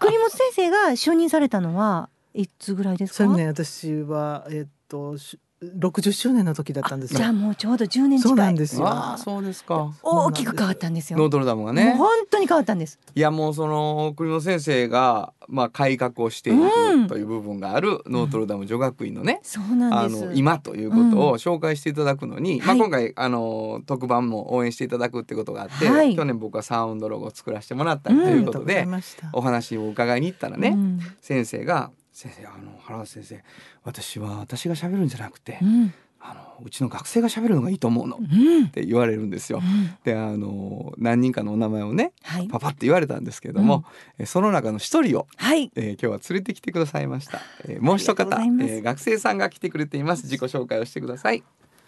Speaker 3: 栗本先生が就任されたのはいつぐらいです
Speaker 6: そ
Speaker 3: か
Speaker 6: れね私はえっとし60周年の時だったんです
Speaker 3: じゃあもうちょうど10年
Speaker 6: そう
Speaker 3: 近
Speaker 6: なん
Speaker 3: い
Speaker 6: ですよ
Speaker 2: わあ、そうですか。
Speaker 3: 大きく変わったんですよ
Speaker 2: ノートルダム
Speaker 3: も
Speaker 2: が
Speaker 3: う
Speaker 2: ね。
Speaker 3: 本当に変わったんです
Speaker 2: いやもうその栗本先生がまあ改革をしてい
Speaker 3: うん
Speaker 2: くという部分があるノートルダム女学院のね
Speaker 3: そうな
Speaker 2: あ
Speaker 3: んです
Speaker 2: の今ということ
Speaker 3: う
Speaker 2: を紹介していただくのに、ま
Speaker 3: は
Speaker 2: あ、
Speaker 3: い
Speaker 2: 今回あの特番も応援していただくってことがあって、
Speaker 3: はい
Speaker 2: 去年僕はサウンドロゴを作らせてもらったりと
Speaker 3: うん
Speaker 6: あ
Speaker 2: い
Speaker 6: り
Speaker 2: う
Speaker 6: が
Speaker 2: ことと
Speaker 6: うござ
Speaker 2: で、
Speaker 6: いました
Speaker 2: お話をお伺いに行ったらね、
Speaker 3: うん
Speaker 2: 先生が「先生あの原田先生私は私が喋るんじゃなくて、
Speaker 3: うん
Speaker 2: あのうちの学生が喋るのがいいと思うの」っ
Speaker 3: うん
Speaker 2: て言われるんですよ。であの何人かのお名前をね
Speaker 3: はい
Speaker 2: パパって言われたんですけれども、えその中の一人を
Speaker 3: はい
Speaker 2: えー、今日は連れてきてくださいました。えー、もう一方、
Speaker 3: ありがとうござ
Speaker 2: え
Speaker 3: います
Speaker 2: ー、学生さんが来てくれています。自己紹介をしてください。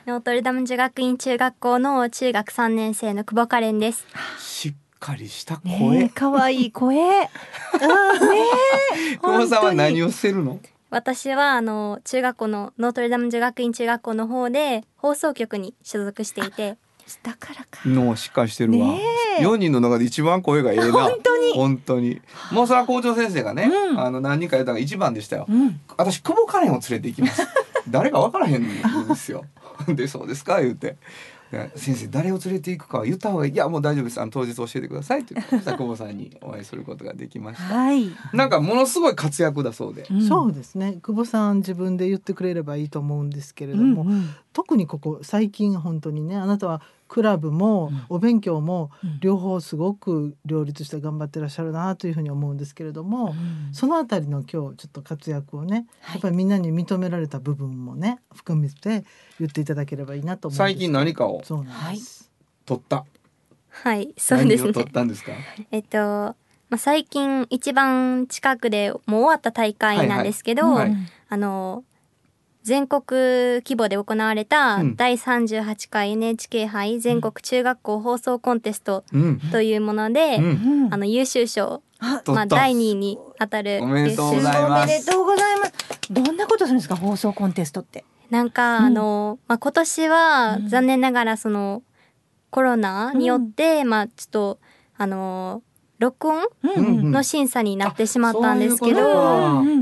Speaker 7: ノートルダム女学院中学校の中学3年生の久保カレンです。
Speaker 2: しっかりした声。
Speaker 3: ねえ可愛い声ねえ
Speaker 2: 久保さんは何
Speaker 3: を
Speaker 2: をしてるの？
Speaker 7: 私はあの中学校のノートルダム女学院中学校の方で放送局に所属して いて、
Speaker 3: だからか
Speaker 2: のしっかりしてるわ
Speaker 3: ね。え
Speaker 2: 四、人の中で一番声がええな。本
Speaker 3: 当に
Speaker 2: 本当に。もうそれは校長先生がね、
Speaker 3: うん
Speaker 2: あの何人か言ったのが一番でしたよ。
Speaker 3: うん
Speaker 2: 私久保カレンを連れて行きます。誰かわからへんんですよ。 でそうですか言って。で先生誰を連れて行くかは言った方がいいいやもう大丈夫ですあの当日教えてくださいって言って久保さんにお会いすることができました
Speaker 3: はい
Speaker 2: なんかものすごい活躍だそうで。
Speaker 6: そうですね久保さん自分で言ってくれればいいと思うんですけれ
Speaker 3: う
Speaker 6: ど
Speaker 3: ん
Speaker 6: も、
Speaker 3: うん
Speaker 6: 特にここ最近本当にねあなたはクラブもお勉強も
Speaker 3: うん
Speaker 6: 両方すごく両立して頑張ってらっしゃるなというふうに思うんですけれども、そのあたりの今日ちょっと活躍をね、やっぱりみんなに認められた部分もね含めて言っていただければいいなと思うんです
Speaker 2: 最近何かを
Speaker 6: そうなんです、
Speaker 2: 取った。
Speaker 7: はい、そうで
Speaker 2: 何
Speaker 7: す
Speaker 2: を
Speaker 7: ね。
Speaker 2: 取ったんですか。
Speaker 7: えっと、まあ、最近一番近くでもう終わった大会なんですけど、
Speaker 2: はい
Speaker 7: あの全国規模で行われた
Speaker 2: うん
Speaker 7: 第38回 NHK 杯全国中学校放送コンテスト
Speaker 2: うん。
Speaker 7: というもので、
Speaker 2: うん。
Speaker 3: うん
Speaker 7: あの優秀賞、
Speaker 3: あ
Speaker 2: 取
Speaker 7: ま
Speaker 2: っ
Speaker 7: あ、
Speaker 2: た。
Speaker 7: 第2位に当たる
Speaker 2: おめでとうご
Speaker 7: 優秀賞
Speaker 2: ざいます
Speaker 3: おめでとうございます。どんなことするんですか放送コンテストって。
Speaker 7: なんか、あの、まあ、今年は
Speaker 3: うん
Speaker 7: 残念ながらそのコロナによって、まあちょっとあの録音
Speaker 2: うん
Speaker 7: の審査になってしまったんですけ
Speaker 2: あそういうこと
Speaker 7: ど、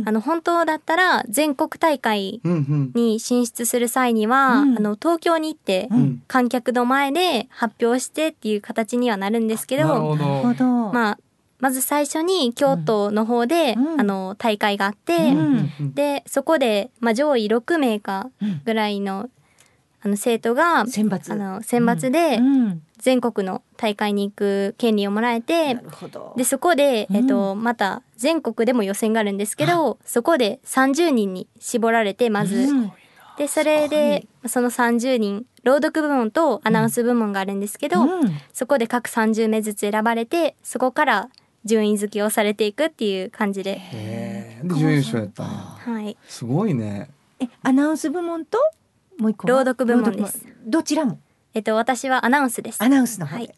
Speaker 2: か
Speaker 7: あの本当だったら全国大会
Speaker 2: うんうん
Speaker 7: に進出する際には、
Speaker 3: うん
Speaker 7: あの東京に行って
Speaker 2: うん
Speaker 7: 観客の前で発表してっていう形にはなるんですけど
Speaker 2: なるほ
Speaker 3: なる
Speaker 2: ど
Speaker 3: ほど。
Speaker 7: まあ、まず最初に京都の方で、
Speaker 3: うん
Speaker 7: あの大会があって、
Speaker 3: うん
Speaker 7: でそこで、まあ、上位6名かぐらいのあの生徒が、
Speaker 3: 選抜。
Speaker 7: あの選抜で
Speaker 3: うん
Speaker 7: 全国の大会に行く権利をもらえて
Speaker 3: な、るほど。
Speaker 7: でそこで、えっとまた全国でも予選があるんですけどそこで30人に絞られてまず、
Speaker 3: うん
Speaker 7: でそれでその30人朗読部門とアナウンス部門があるんですけど、
Speaker 3: うん
Speaker 7: そこで各30名ずつ選ばれてそこから順位付けをされていくっていう感じで、
Speaker 2: へえで準優勝やったんや
Speaker 7: はい、
Speaker 2: すごいね
Speaker 3: えアナウンス部門ともう一個
Speaker 7: 朗
Speaker 3: は
Speaker 7: 読部門です
Speaker 3: 朗読部門どちらも
Speaker 7: えっと私はアナウンスです
Speaker 3: ア。ナウンスの方
Speaker 7: は
Speaker 3: で
Speaker 7: い。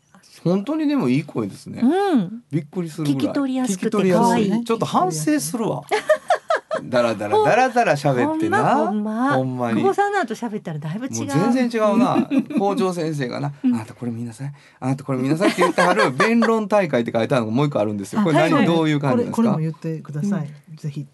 Speaker 2: 本当にでもいい声ですね
Speaker 3: うん。
Speaker 2: びっくりするぐらい
Speaker 3: 聞き取りやすくて
Speaker 2: 聞き取りやす
Speaker 6: 可愛い
Speaker 2: ちょっと反省するわだらだらだらだら喋ってな
Speaker 3: ほんま
Speaker 2: ほ
Speaker 3: ほ
Speaker 2: ん
Speaker 3: ん
Speaker 2: ま
Speaker 3: ま。
Speaker 2: に
Speaker 3: 久保さんの後喋ったらだいぶ違う。
Speaker 2: もう全然違うな校長先生がな「あなたこれ見なさいあなたこれ見なさい」って言ってはる弁論大会って書いてあるのがもう一個あるんですよこれ
Speaker 6: あは
Speaker 2: 何
Speaker 6: は
Speaker 2: どういう感じなんです
Speaker 6: これこ
Speaker 2: か
Speaker 6: れも言ってください、ぜひ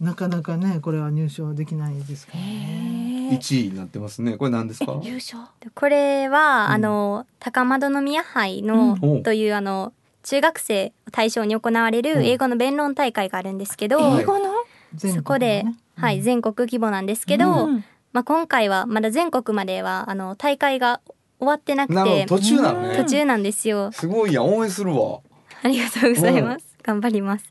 Speaker 6: なかなかねこれは入賞できないですからね
Speaker 2: 一位になってますねこれ何ですか
Speaker 7: 優勝これは、あの高円宮杯の、
Speaker 2: うん
Speaker 7: というあの中学生を対象に行われ
Speaker 2: うん
Speaker 7: る英語の弁論大会があるんですけど、
Speaker 2: はい
Speaker 3: 英語の
Speaker 6: 全
Speaker 7: そ
Speaker 6: 国
Speaker 7: こで、
Speaker 6: ね
Speaker 7: はい、全国規模なんですけ
Speaker 3: う
Speaker 7: ど、
Speaker 3: ん
Speaker 7: まあ、今回はまだ全国まではあの大会が終わってなく
Speaker 2: なるほど
Speaker 7: て
Speaker 2: 途中なの
Speaker 3: う
Speaker 2: ね
Speaker 7: 途中なんですよ。
Speaker 2: すごいやん応援するわ
Speaker 7: ありがとうございます。頑張ります。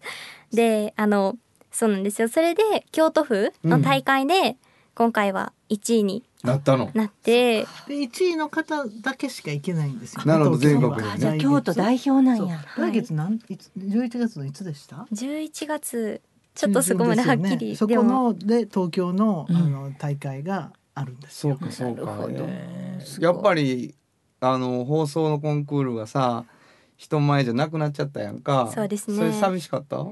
Speaker 7: であのそうなんですよそれで京都府の大会で、今回は1位に
Speaker 2: なったの
Speaker 7: なって、
Speaker 6: で一位の方だけしか行けないんですよ、
Speaker 2: なるほど
Speaker 6: 東京
Speaker 2: 全
Speaker 6: は
Speaker 2: 国にね
Speaker 3: あじゃあ京都代表なんや。
Speaker 6: そう来月なんいつ11月のいつでした
Speaker 7: 11月ちょっとそこまではっきり
Speaker 6: そ
Speaker 7: で
Speaker 6: こ
Speaker 7: も
Speaker 6: ので東京のあ
Speaker 3: うん
Speaker 6: の大会があるんです
Speaker 2: そう
Speaker 6: よ、
Speaker 2: かそう
Speaker 3: なる
Speaker 2: か
Speaker 3: ほど
Speaker 2: えー
Speaker 3: すごい
Speaker 2: やっぱりあの放送のコンクールがさ人前じゃなくなっちゃったやんか
Speaker 7: そうですね
Speaker 2: それ寂しかった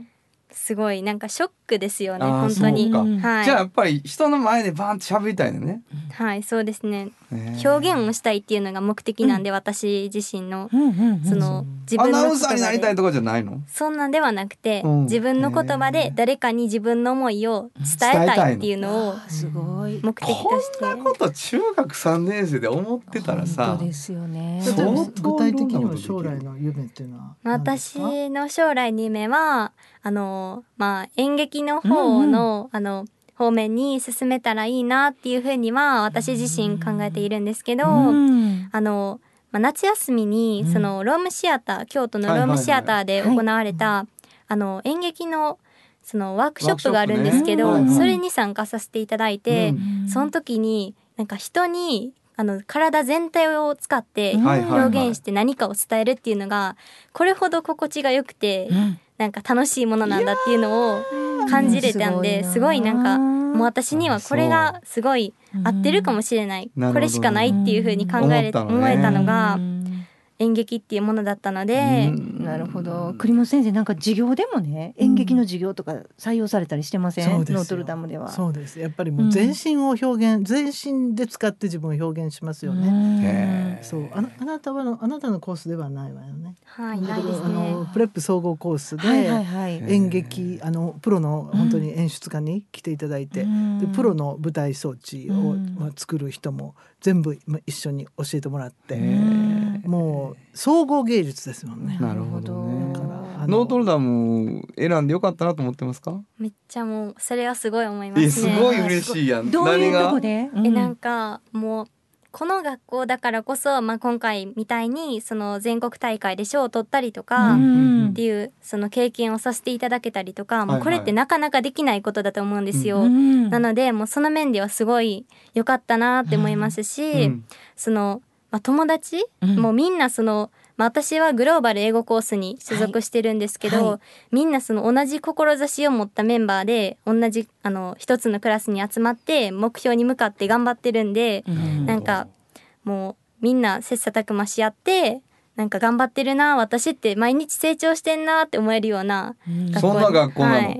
Speaker 7: すごいなんかショックですよね
Speaker 2: あー
Speaker 7: 本当に
Speaker 2: そう
Speaker 3: か
Speaker 7: はい
Speaker 2: じゃあやっぱり人の前でバーンって喋りたいのね
Speaker 7: はいそうですね
Speaker 2: ね
Speaker 7: 表現をしたいっていうのが目的なんで、私自身の
Speaker 3: うんうんうん
Speaker 7: その自
Speaker 2: ア
Speaker 7: 分の
Speaker 2: ナウン
Speaker 7: 言
Speaker 2: サーになりた
Speaker 7: 葉
Speaker 2: い
Speaker 7: で
Speaker 2: とかじゃないの
Speaker 7: そんなんではなくて、
Speaker 2: うん
Speaker 7: 自分の言葉で誰かに自分の思いを伝えたいっていうのを
Speaker 3: あすごい。
Speaker 7: 目的として
Speaker 2: こんなこと中学三年生で思ってたらさ
Speaker 3: 本当ですよね。
Speaker 2: そう
Speaker 6: 例えば
Speaker 2: 相当
Speaker 6: 具体的には将来の夢っていうのは何ですか
Speaker 7: 私の将来の夢はあのまあ演劇の方の、あの方面に進めたらいいなっていうふうには私自身考えているんですけど、
Speaker 3: うん
Speaker 7: あの、まあ、夏休みに
Speaker 3: うん
Speaker 7: そのロームシアター、京都の
Speaker 2: は
Speaker 7: ロ
Speaker 2: いは
Speaker 7: ー
Speaker 2: いはい
Speaker 7: ムシアターで行われた、あの演劇のそのワークショップがあるんですけど、
Speaker 2: ワークショップね
Speaker 7: それに参加させていただいて、その時になんか人にあの体全体を使って
Speaker 3: うん
Speaker 2: はいはいはい
Speaker 7: 表現して何かを伝えるっていうのがこれほど心地が良くて
Speaker 3: うん
Speaker 7: なんか楽しいものなんだっていうのを感じれたんで
Speaker 3: うん
Speaker 7: すごいなんかもう
Speaker 3: も
Speaker 7: 私にはこれがすごい合ってるかもしれない
Speaker 2: うん
Speaker 7: これしかないっていうふうに考えれ
Speaker 2: なるほど
Speaker 7: 思
Speaker 2: ね
Speaker 7: えたの
Speaker 3: う
Speaker 7: が
Speaker 3: ん
Speaker 7: 演劇っていうものだったの
Speaker 2: う
Speaker 7: で
Speaker 2: ん
Speaker 3: なるほど栗本先生なんか授業でもね演劇の授業とか採用されたりしてません、
Speaker 6: そう
Speaker 3: ノ
Speaker 6: ですよ
Speaker 3: ートルダムでは。
Speaker 6: そうですやっぱりもう全身を表現、全身で使って自分を表現しますよ
Speaker 3: う
Speaker 6: ね、
Speaker 3: ん
Speaker 2: へー
Speaker 6: そうあのあなたはのあなたのコースではないわよね
Speaker 7: はいないです
Speaker 6: あ
Speaker 7: ね
Speaker 6: のプレップ総合コースで、
Speaker 3: はいはいはい。
Speaker 6: 演劇あのプロの本当に演出家に来ていただいて、でプロ
Speaker 3: の
Speaker 6: の舞台装置を、
Speaker 3: うん
Speaker 6: まあ、作る人も全部まあ一緒に教えてもらって、
Speaker 2: ね
Speaker 6: もう総合芸術ですもんね。
Speaker 2: なるほどね
Speaker 6: だからあの
Speaker 2: ノートルダム選んでよかったなと思ってますか
Speaker 7: めっちゃもうそれはすごい思いま
Speaker 2: え
Speaker 7: す
Speaker 2: す
Speaker 7: ね。
Speaker 2: ごい嬉しいやん
Speaker 3: どういうとこ
Speaker 2: 何が
Speaker 3: で？
Speaker 7: えなん
Speaker 3: か
Speaker 7: かもうこの学校だからこそ、まあ、今回みたいにその全国大会で賞を取ったりとか
Speaker 2: う
Speaker 7: っ
Speaker 2: ん
Speaker 7: ていうその経験をさせていただけたりとか、も
Speaker 2: は
Speaker 7: う
Speaker 2: いはい
Speaker 7: これってなかなかできないことだと思うんですよ。なのでもうその面ではすごい良かったなって思いますし、
Speaker 2: うん
Speaker 7: その、まあ、友達、
Speaker 3: うん
Speaker 7: もうみんなその、まあ、私はグローバル英語コースに所属してるんですけど、
Speaker 3: はいは
Speaker 7: みんなその同じ志を持ったメンバーで同じあの一つのクラスに集まって目標に向かって頑張ってるんで、なんかもうみんな切磋琢磨し合ってなんか頑張ってるな私って毎日成長してんなって思えるような学校
Speaker 2: そんな学校なの
Speaker 7: はい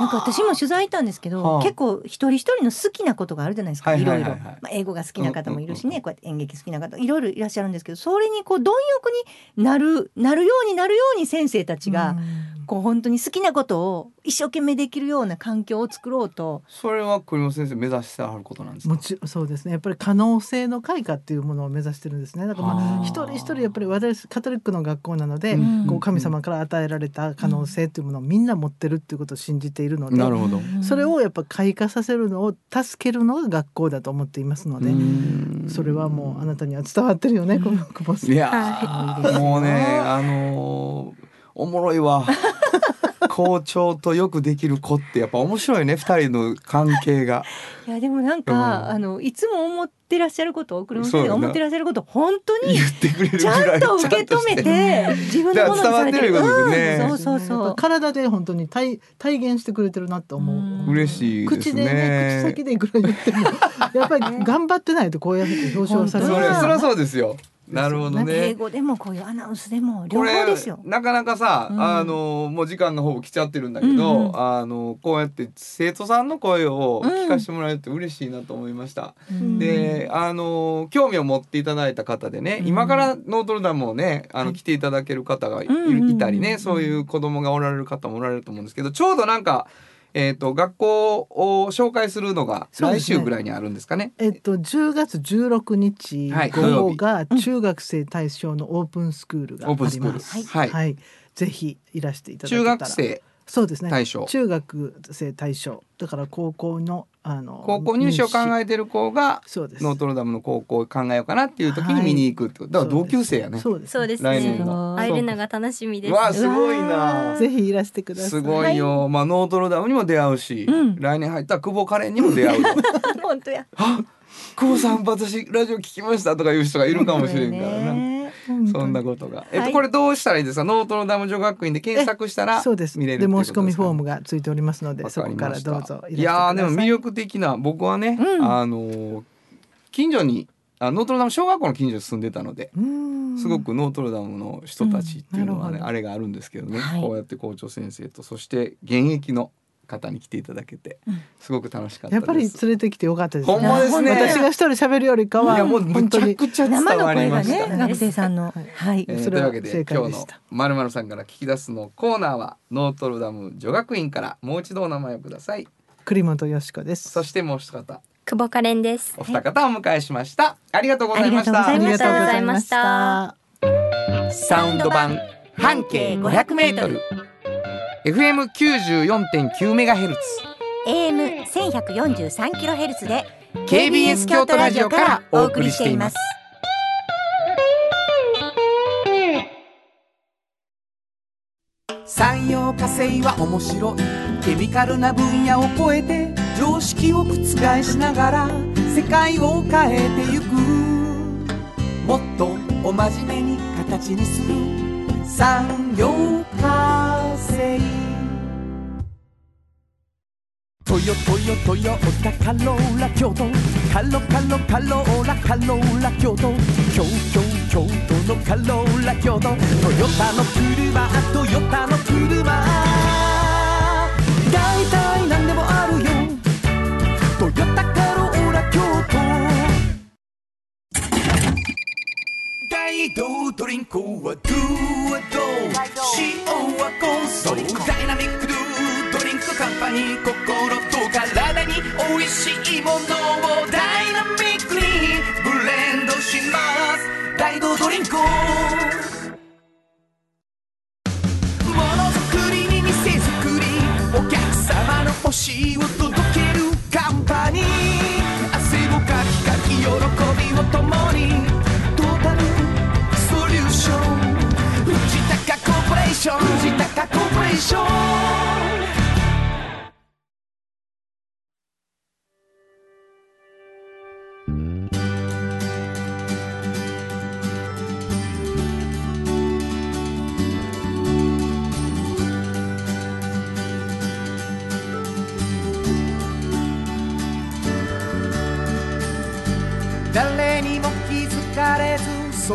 Speaker 3: なんか私も取材行ったんですけど、
Speaker 2: はあ
Speaker 3: 結構一人一人の好きなことがあるじゃないですか、
Speaker 2: はいいはいはい
Speaker 3: ろ
Speaker 2: はい
Speaker 3: いろ、まあ、英語が好きな方もいるし
Speaker 2: うんうんうんう
Speaker 3: ね、こうやって演劇好きな方いろいろいらっしゃるんですけどそれにこう貪欲になるなるようになるように先生たちが、こう本当に好きなことを一生懸命できるような環境を作ろうと、
Speaker 2: それは栗本先生目指してはることなんです
Speaker 6: も
Speaker 2: か
Speaker 6: ちろんそうですねやっぱり可能性の開花っていうものを目指してるんですねだからま
Speaker 2: はあ
Speaker 6: あ一人一人やっぱり私カトリックの学校なので、
Speaker 2: うん
Speaker 6: こう神様から与えられた可能性っていうものをみんな持ってるっていうことを信じているので、
Speaker 2: なるほど
Speaker 6: それをやっぱ開花させるのを助けるのが学校だと思っていますので、
Speaker 2: うん
Speaker 6: それはもうあなたには伝わってるよねこの久保さん
Speaker 2: いやーもうねあのーおもろいわ校長とよくできる子ってやっぱ面白いね二人の関係が
Speaker 3: いやでもなん
Speaker 2: う
Speaker 3: か、
Speaker 2: ん
Speaker 3: あのいつも思ってらっしゃること栗本
Speaker 2: そう
Speaker 3: 先生
Speaker 2: やな
Speaker 3: が思ってらっしゃること本当
Speaker 2: 言
Speaker 3: に
Speaker 2: ってくれるぐ
Speaker 3: ち
Speaker 2: ら
Speaker 3: ゃ
Speaker 2: い
Speaker 3: んと受け止め
Speaker 2: ちゃんとして
Speaker 3: て自分のものにされてる
Speaker 2: だから伝わってる
Speaker 3: う
Speaker 2: いうこ
Speaker 3: ん、そうそうそ
Speaker 6: や
Speaker 3: う
Speaker 6: っぱ体で本当に体体現してくれてるなと思う、
Speaker 3: うん
Speaker 2: 嬉しいです
Speaker 6: 口でね口
Speaker 2: ね
Speaker 6: 先でいくら 言ってもやっぱり頑張ってないとこうやって表彰さ
Speaker 2: そ
Speaker 6: れ
Speaker 2: れ
Speaker 6: る
Speaker 3: 本当だ
Speaker 2: それそりゃそうですよなるほど
Speaker 3: 英
Speaker 2: ね
Speaker 3: 語でもこういうアナウンスでも両
Speaker 2: こ
Speaker 3: 方
Speaker 2: れ
Speaker 3: ですよ。
Speaker 2: なかなかさ、
Speaker 3: うん
Speaker 2: あのもう時間のほぼ来ちゃってるんだけど、
Speaker 3: うんうん
Speaker 2: あのこうやって生徒さんの声を聞かせてもらえるって嬉しいなと思いました。
Speaker 7: ん
Speaker 2: であの興味を持っていただいた方でね、
Speaker 3: うん
Speaker 2: 今からノートルダムをねあの
Speaker 6: はい
Speaker 2: 来ていただける方がい,、
Speaker 3: うんうんうん
Speaker 2: たりねそういう子供がおられる方もおられると思うんですけどちょうどなんか、えー、と学校を紹介するのが
Speaker 6: そうで
Speaker 2: 来
Speaker 6: すね
Speaker 2: 週ぐらいにあるんですかね。
Speaker 6: えっと、10月16日
Speaker 2: はい
Speaker 6: 午後が中学生対象のオープンスクールがあ
Speaker 2: オープンス
Speaker 6: り
Speaker 2: クー
Speaker 6: ま
Speaker 2: ル、
Speaker 6: す。
Speaker 2: はい
Speaker 6: はい、ぜひいらしていただけ
Speaker 2: 中
Speaker 6: たら。
Speaker 2: 学生
Speaker 6: そうですね。
Speaker 2: 対象
Speaker 6: 中学生対象。だから高校のあの
Speaker 2: 高校入試を考えてる子が
Speaker 6: そうです。
Speaker 2: ノートルダムの高校を考えようかなっていう時に
Speaker 6: はい
Speaker 2: 見に行くってことだから同級生やね。
Speaker 6: そうです。
Speaker 7: そうです
Speaker 2: 来年
Speaker 7: ね
Speaker 2: の
Speaker 7: 会えるのが楽しみです
Speaker 2: わあすごいな
Speaker 6: ぜひいらしてください。
Speaker 2: すごいよ、まあノートルダムにも出会うし、来年入ったら久保カレンにも出会うと
Speaker 3: 本当や。
Speaker 2: 久保さん私ラジオ聞きましたとかいう人がいるかもしれんからな、
Speaker 3: ね
Speaker 6: 本当に
Speaker 2: そんなことが、えっ
Speaker 3: は
Speaker 2: と
Speaker 3: い
Speaker 2: これどうしたらいいですかノートルダム女学院で検索したら
Speaker 6: そうです。
Speaker 2: 見
Speaker 6: で
Speaker 2: れる
Speaker 6: 申
Speaker 2: っていう
Speaker 6: し
Speaker 2: こ
Speaker 6: 込
Speaker 2: と
Speaker 6: み
Speaker 2: です
Speaker 6: フ
Speaker 2: か
Speaker 6: ォームがついておりますので、
Speaker 2: わ
Speaker 6: そ
Speaker 2: か
Speaker 6: こ
Speaker 2: り
Speaker 6: か
Speaker 2: ま
Speaker 6: ら
Speaker 2: した
Speaker 6: どうぞいらしてください。
Speaker 2: いやーでも魅力的な僕はね、
Speaker 3: うん
Speaker 2: あのー近所にあノートルダム小学校の近所に住んでたので
Speaker 6: うん
Speaker 2: すごくノートルダムの人たちっていうのはね、
Speaker 6: うんなるほど
Speaker 2: あれがあるんですけどね、
Speaker 3: はい
Speaker 2: こうやって校長先生とそして現役の方に来ていただけて
Speaker 3: うん
Speaker 2: すごく楽しかった
Speaker 6: や
Speaker 2: です。
Speaker 6: っぱり連れてきてよかったですね。
Speaker 2: ほんまですね
Speaker 6: 私が一人喋るよりか
Speaker 2: い
Speaker 6: は、
Speaker 2: やもうむ
Speaker 6: 本当
Speaker 2: ちゃ
Speaker 6: に。
Speaker 2: くちゃ伝
Speaker 3: 生の
Speaker 2: わり
Speaker 3: 声
Speaker 2: ま
Speaker 3: が
Speaker 2: した。
Speaker 3: ね学生さんのはい
Speaker 2: えーと
Speaker 6: そ
Speaker 2: い
Speaker 6: れ
Speaker 2: う
Speaker 6: は
Speaker 2: わけで
Speaker 6: 正解
Speaker 2: 今
Speaker 6: で
Speaker 2: 日
Speaker 6: し
Speaker 2: の
Speaker 6: た
Speaker 2: まるまるさんから聞き出すのコーナーはノートルダム女学院からもう一度お名前をください。
Speaker 6: 栗本よしこです。
Speaker 2: そしてもう一方
Speaker 7: 久保カレンです
Speaker 2: お二方をお迎えしました。ありがとうございました。
Speaker 3: ありがとうございました
Speaker 7: ありがとうございました。
Speaker 2: サウンド版半径500メートル FM 94.9メガヘルツ
Speaker 1: AM 千百四十三キロヘルツで
Speaker 2: KBS 京都ラジオからお送りしています。
Speaker 4: 産業化成は面白いケミカルな分野を超えて常識を覆しながら世界を変えてゆくもっとお真面目に形にする産業化成トヨトヨトヨタカローラ京都カロカロカローラカローラ京都京京京都のカローラ京都トヨタの車トヨタの車大体何でもあるよトヨタカローラ京都大道ドリンクはドゥはドゥ塩はコンソリダイナミックドゥドリンクカンパニー心と体に美味しいものをダイナミックにブレンドします大道ドリンクものづくりに店づくりお客様の欲しいを届けるカンパニー汗をかきかき喜びを共にトータルソリューション藤高コーポレーション藤高コーポレーション誰にも気づかれずそ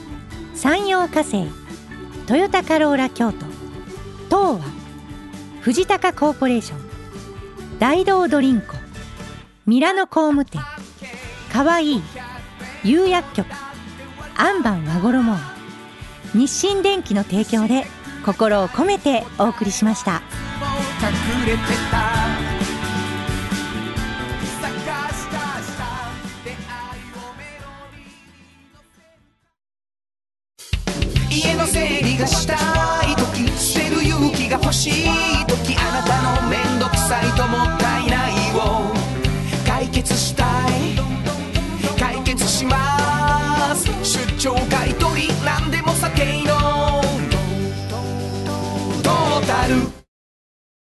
Speaker 3: 山陽火星トヨタカローラ京都東和藤高コーポレーション大道ドリンコミラノ工務店かわいい釉薬局アンバン和衣日清電機の提供で心を込めてお送りしました。
Speaker 4: 隠れてた探したした出会いをメロに乗せて家の整理がしたい時捨てる勇気が欲しい